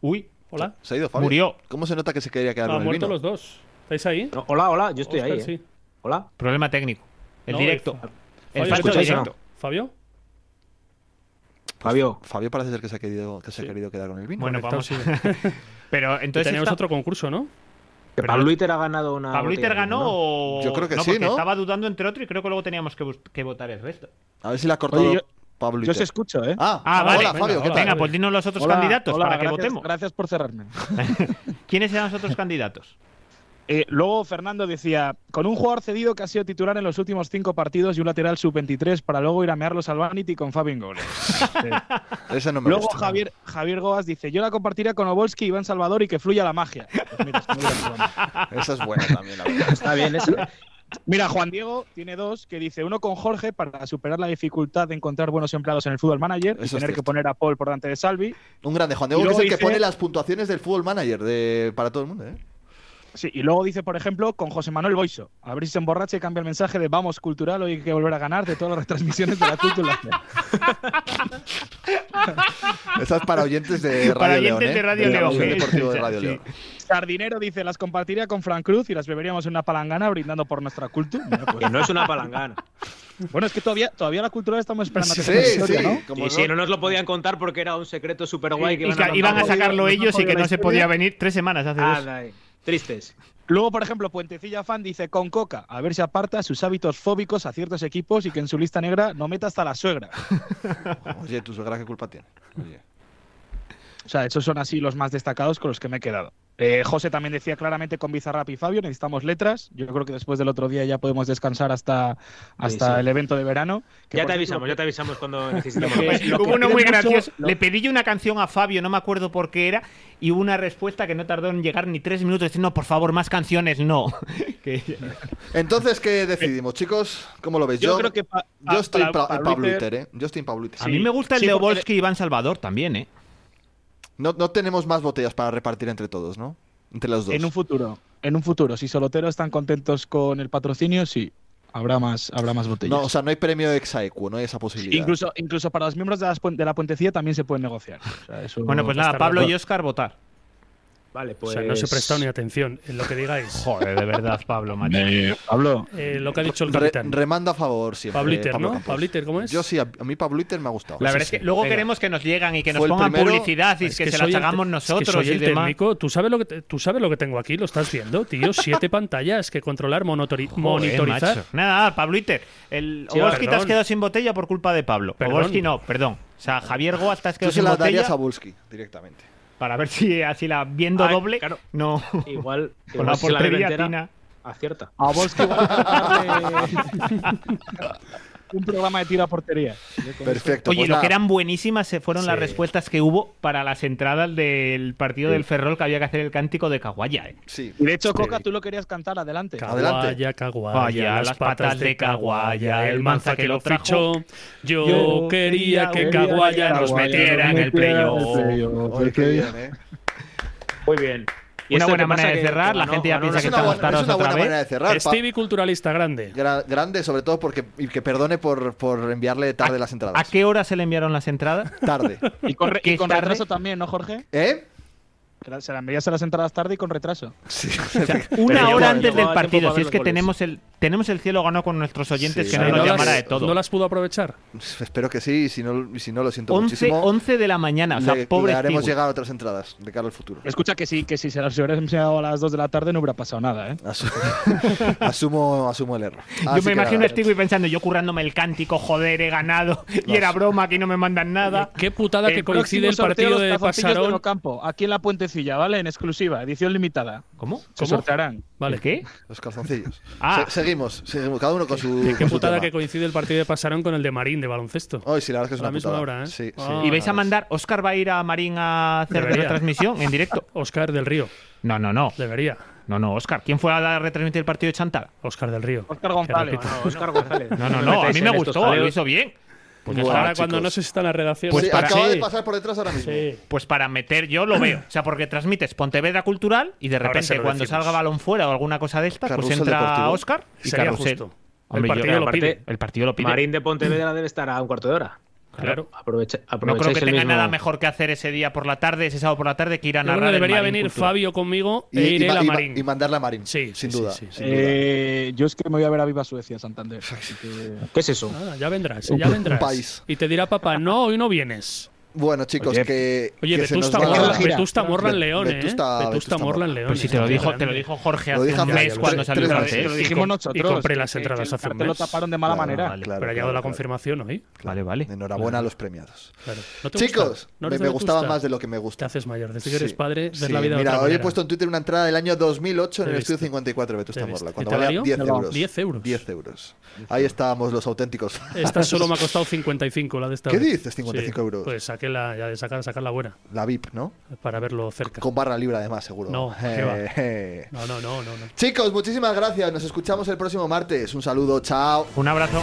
B: Uy,
E: Hola.
A: Se ha ido Fabio.
B: Murió.
A: ¿Cómo se nota que se quería quedar
E: Han
A: con el
E: Ah, muerto
A: vino?
E: los dos. ¿Estáis ahí?
D: No, hola, hola, yo estoy
E: Óscar,
D: ahí. ¿eh?
E: sí.
D: Hola.
B: problema técnico. El
E: No,
B: directo.
E: Fabio,
B: El
E: ¿me
B: falso
E: escucháis?
B: directo.
E: ¿Fabio?
D: Fabio,
A: Fabio parece ser que se ha querido, que se ha querido quedar con el vino.
B: Bueno, vamos. Pero
E: Que
B: entonces.
E: Tenemos
B: esta-
E: otro concurso, ¿no?
D: que
B: Pero-
D: Pablo Iter ha ganado una.
C: Ah,
B: ¿Pablo Iter
D: botella de
B: ganó
D: vino, ¿no?
B: o.?
A: Yo creo que sí,
B: porque
A: ¿no?
B: Estaba dudando entre otro y creo que luego teníamos que, bus- que votar el resto.
A: A ver si la ha cortado
C: Oye, yo-
A: Pablo.
C: Yo os
A: Iter.
C: escucho, ¿eh?
A: Ah,
B: Ah,
A: ah,
B: vale.
A: hola, Fabio. ¿qué
E: hola.
A: tal?
B: Venga, pues dinos los otros
C: Hola,
B: candidatos
C: hola,
B: para que
C: gracias-
B: votemos.
C: Gracias por cerrarme.
B: ¿Quiénes eran los otros candidatos?
C: Eh, luego Fernando decía, con un jugador cedido que ha sido titular en los últimos cinco partidos y un lateral sub-23 para luego ir a mearlos al Vanity con Fabio en goles. Sí.
A: Ese no me
C: luego
A: gusta.
C: Javier, Javier Goas dice, yo la compartiría con Obolski, Iván Salvador y que fluya la magia. Pues mira, es muy gran programa.
A: Esa es buena también, la verdad.
D: Está bien, ese.
C: Mira, Juan Diego tiene dos, que dice uno con Jorge para superar la dificultad de encontrar buenos empleados en el fútbol manager
A: Eso es
C: y tener que
A: cierto.
C: poner a Paul por delante de Salvi.
A: Un grande Juan
C: Y
A: Diego, que es
C: luego
A: el que
C: dice-
A: pone las puntuaciones del fútbol manager de, para todo el mundo. ¿eh?
C: Sí, y luego dice, por ejemplo, con José Manuel Boiso. A ver si se emborracha y cambia el mensaje de vamos cultural, hoy hay que volver a ganar de todas las retransmisiones de la cultura.
A: Esa es para oyentes de Radio
B: Para
A: León.
B: oyentes
A: ¿eh?
B: de Radio
A: la
B: León,
A: Asociación
B: sí.
A: Deportiva de
B: Sí.
A: Radio León.
C: Sardinero dice, las compartiría con Fran Cruz y las beberíamos en una palangana brindando por nuestra cultura. Bueno,
D: Que Pues no es una palangana.
C: pues- bueno, es que todavía, todavía la cultura estamos esperando a que
A: Sí,
C: sea
A: sí.
C: historia, ¿no?
A: como
D: Y
A: no-
D: si no nos lo podían contar porque era un secreto súper guay que
B: Y
D: iban a,
B: que iban a
D: contar.
B: sacarlo
C: no
B: ellos y que
C: podía la
B: no se
C: historia.
B: podía venir tres semanas hace
D: Ah,
B: dos.
D: dai. Tristes.
C: Luego, por ejemplo, Puentecilla Fan dice, con Coca, a ver si aparta sus hábitos fóbicos a ciertos equipos y que en su lista negra no meta hasta la suegra.
A: Oye, ¿tu suegra qué culpa tiene? Oye.
C: O sea, esos son así los más destacados con los que me he quedado. Eh, José también decía claramente con Bizarrap y Fabio, necesitamos letras. Yo creo que después del otro día ya podemos descansar hasta, hasta
D: Sí, sí.
C: el evento de verano. Que,
D: Ya
C: por
D: te
C: ejemplo,
D: avisamos, ya te avisamos cuando necesitemos.
C: Pues lo
B: hubo
C: que
B: uno
C: piden
B: muy
C: mucho-
B: gracioso.
C: lo-
B: Le pedí yo una canción a Fabio, no me acuerdo por qué era, y hubo una respuesta que no tardó en llegar ni tres minutos. Dice, no, por favor, más canciones, no. Que-
A: Entonces, ¿qué decidimos, chicos? ¿Cómo lo veis?
C: Yo creo que pa-
A: yo estoy en
C: pa-
A: pa- en
C: Pablo
A: Pablo
C: Iter-
A: Iter, ¿eh? Yo estoy en Pablo Iter.
B: a mí me gusta el
C: sí,
B: de
C: porque-
B: Obolsky y Iván Salvador también, ¿eh?
A: No, no tenemos más botellas para repartir entre todos, ¿no? Entre los dos.
C: En un futuro, en un futuro, si Solotero están contentos con el patrocinio, sí, habrá más, habrá más botellas.
A: no, o sea, no hay premio exaequo, no hay esa posibilidad.
C: incluso, incluso para los miembros de, las puen- de la puentecilla también se pueden negociar. O sea, eso
B: Bueno, pues
C: va a
B: nada,
C: estar
B: Pablo
C: raro.
B: y Oscar votar.
D: Vale,
E: O
D: pues.
E: sea, no se prestó ni atención en lo que digáis.
B: Joder, de verdad, Pablo, macho.
C: Pablo,
E: Eh, lo que ha dicho el
A: Re-
E: capitán.
A: remanda a favor siempre.
E: Pabliter,
A: Pablo
E: ¿no?
A: Campos.
E: Pabliter, ¿cómo es?
A: Yo sí, a, a mí Pablo Iter me ha gustado.
B: La
E: Sí,
B: verdad es que
E: sí.
B: luego
E: Venga.
B: queremos que nos llegan y que
A: Fue
B: nos
A: el
B: pongan
A: primero.
B: publicidad y que, se
E: soy
B: las
E: el
B: hagamos
E: te- es que
B: nosotros
E: soy
B: y
E: el
B: demás.
E: técnico. ¿Tú sabes, lo que te- tú sabes lo que tengo aquí, lo estás viendo, tío. Siete pantallas que controlar, monotori-
B: Joder,
E: monitorizar.
B: macho. Nada, nada, Pablo Iter. El
E: Sí,
B: Obolsky te has
E: perdón.
B: quedado sin botella por culpa de Pablo.
E: Perdón.
B: Obolsky no, perdón. O sea, Javier Goas te has
A: Tú
B: quedado
A: se
B: sin
A: la
B: botella
A: darías a Bulski directamente.
B: para ver si así la viendo
D: Ah,
B: doble.
D: claro.
B: No.
D: Igual,
B: Con
D: igual
B: la
D: si se bebe
B: portería
D: entera,
B: Tina.
D: acierta.
C: a vos que igual hay que darle un programa de tiro a portería.
A: Perfecto.
B: Oye,
A: pues
B: lo
A: nada.
B: que eran buenísimas se fueron las
D: Sí.
B: respuestas que hubo para las entradas del partido del Ferrol que había que hacer el cántico de Caguaya. eh.
A: Sí.
C: Y de hecho, Coca, tú lo querías cantar adelante.
A: Adelante.
E: Caguaya, caguaya,
B: Vaya,
E: las patas de caguaya, el manza que lo
B: trajo.
E: fichó. Yo quería que caguaya nos metiera en el playoff.
A: Oye, qué bien, ¿eh?
D: Muy bien. Y
B: Una
D: esto
B: buena
D: que pasa
B: manera de
D: que-
B: cerrar,
D: que
B: la
D: ganó-
B: gente ya
D: ganó
B: piensa
A: Es
B: que
D: una-
A: una
B: estamos
A: buena, es
B: parados
A: una
B: otra
A: buena
B: vez.
A: manera de cerrar. Pa-
E: Stevie culturalista grande.
A: gra- grande, sobre todo porque y que perdone por, por enviarle tarde las entradas.
B: ¿A qué hora se le enviaron las entradas?
A: Tarde.
C: Y con, re- y
B: ¿Qué
C: con
B: tarde?
C: retraso también, ¿no, Jorge?
A: ¿Eh?
C: Que la- Se las envías a las entradas tarde y con retraso.
A: Sí.
B: Una
D: Pero
B: hora antes
D: ya no
B: del
D: daba
B: partido.
D: tiempo para
B: Si
D: ver
B: es
D: los
B: que
D: goles.
B: tenemos el, tenemos el cielo ganado con nuestros oyentes
A: Sí, sí,
B: que no
A: no
B: nos
A: las-
B: llamara de
E: ¿No
B: todo.
E: las pudo aprovechar?
A: Espero que sí, y si no, y si no lo siento
B: 11,
A: muchísimo.
B: 11 de la mañana. O sea,
A: le,
B: pobre
A: le haremos
B: Stewart.
A: llegar a otras entradas de cara al futuro.
C: Escucha que sí, que si se las hubieras enseñado a las 2 de la tarde no hubiera pasado nada, ¿eh?
A: Asu- asumo, asumo el error.
B: Yo
A: Así
B: me
A: que
B: imagino
A: nada.
B: a Stewie pensando, yo currándome el cántico, joder, he ganado, y era broma, aquí no me mandan nada.
E: Qué putada que coincide el
C: próximo sorteo
E: partido
C: los
E: de
C: calzoncillos de
E: Pasarón.
C: Ocampo, aquí en la Puentecilla, ¿vale? En exclusiva, edición limitada.
B: ¿Cómo?
C: Se
E: ¿Cómo?
C: sortearán.
E: Vale.
B: ¿El qué?
A: Los calzoncillos.
B: Ah.
A: Se- seguimos, seguimos, cada uno con su.
E: Qué
A: con su
E: putada
A: tema.
E: que coincide el partido de Pasarón con el de Marín de baloncesto.
A: Hoy sí, la verdad es que es
E: A la
A: una
E: misma
A: putada.
E: hora, ¿eh?
A: Sí, sí.
E: Ah.
B: ¿Y vais a mandar, Oscar va a ir a Marín a hacer
E: Debería.
B: la retransmisión en directo?
E: Oscar del Río.
B: No, no, no.
E: Debería.
B: No, no, Oscar. ¿Quién fue a retransmitir el partido de Chantal?
E: Oscar del Río.
A: Pues
C: Oscar
E: Que
C: González.
E: repito.
D: No, Oscar González.
B: No, no,
D: me
B: no. A
D: metáis
B: mí
D: en
B: me
D: estos
B: gustó, lo
D: jaleos.
B: hizo bien. Pues
A: Bueno,
B: ya está.
E: Ahora
A: chicos.
E: cuando no se está en la redacción.
A: Sí,
B: Pues para-
A: acaba de
B: sí.
A: pasar por detrás ahora mismo.
E: Sí.
B: Pues para meter, yo lo veo. O sea, porque transmites Pontevedra Cultural y de
E: Ahora se
B: repente
E: lo
B: cuando
E: decimos.
B: salga balón fuera o alguna cosa de estas, pues
A: Carrusel
B: entra
A: deportivo.
B: Oscar y
E: Sería
B: Carrusel.
E: justo.
B: Hombre,
E: el
B: yo-
E: partido lo
D: aparte-
E: pide.
B: el partido lo pide.
D: Marín de Pontevedra debe estar a un cuarto de hora.
E: Claro.
D: Aprovecha,
B: no creo
D: aprovecháis
B: que
D: el
B: tenga
D: mismo-
B: nada mejor que hacer ese día por la tarde, ese sábado por la tarde, que ir a
E: Yo creo que
B: narrar. el
E: debería
B: Marín
E: venir
B: Cultural.
E: Fabio conmigo
A: Y,
E: e
A: y
E: ir
A: ma-
E: a
A: y ma-
E: Marín.
A: y mandarla a Marín.
E: Sí,
A: sin
E: sí,
A: duda.
E: sí, sí.
A: sin duda.
C: Eh, yo es que me voy a ver a Viva Suecia, Santander. Así que-
D: ¿Qué es eso?
E: Ah, ya vendrás,
A: Un-
E: ya
A: un
E: vendrás.
A: país.
E: Y te dirá papá, no, hoy no vienes.
A: Bueno, chicos,
C: Oye,
A: que.
E: Oye,
A: que se nos
E: Vetusta
A: va la
E: Morla-
A: gira.
E: Vetusta Morlan
A: Ve-
E: León, ¿eh?
A: Vetusta- Vetusta
E: Vetusta Morlan
A: Morla.
E: León. ¿eh?
B: Pues si te lo
E: Qué
B: dijo,
E: grande.
B: te lo dijo Jorge
A: Lo
B: hace
A: dije
B: un
A: hace-
B: mes
A: lo-
B: cuando
A: tres
B: salió el
A: meses.
B: francés.
C: Lo
B: Y
C: dijimos
B: con-
C: nosotros.
E: y compré las
C: que-
E: entradas
C: que el
E: hace un
C: cartel lo
E: mes.
C: taparon de mala
A: Claro,
C: manera.
A: vale. Claro,
E: Pero ha
A: claro,
E: llegado la
A: claro.
E: confirmación hoy.
B: Vale, vale.
A: Enhorabuena a los premiados.
E: Claro. ¿No te
A: Chicos,
E: gusta? ¿No
A: me,
E: eres
A: me gustaba
E: vetusta?
A: más de lo que me
E: pues Te
A: gusta.
E: haces mayor. Desde que eres
A: Sí,
E: padre, ves
A: sí.
E: la vida de
A: Mira,
E: otra
A: hoy he
E: manera.
A: puesto en Twitter una entrada del año 2008 en
E: Te
A: el
E: he
A: estudio
E: visto.
A: 54 de Vetusta
E: Te he visto.
A: Morla,
E: ¿Y
A: cuando
E: te
A: valía
E: valió?
A: 10
E: No,
A: euros.
E: 10 euros.
A: 10 euros. Ahí estábamos los auténticos.
E: Esta solo me ha costado 55, la de esta
A: ¿Qué
E: vez.
A: dices, 55 euros?
E: Pues saqué la, ya de sacar, sacar la buena,
A: La VIP, ¿no?
E: para verlo cerca.
A: Con barra libre además, seguro.
E: No, qué va.
A: Eh,
E: No, no, no, no. no.
A: Chicos, muchísimas gracias. Nos escuchamos el próximo martes. Un saludo, chao.
B: Un abrazo.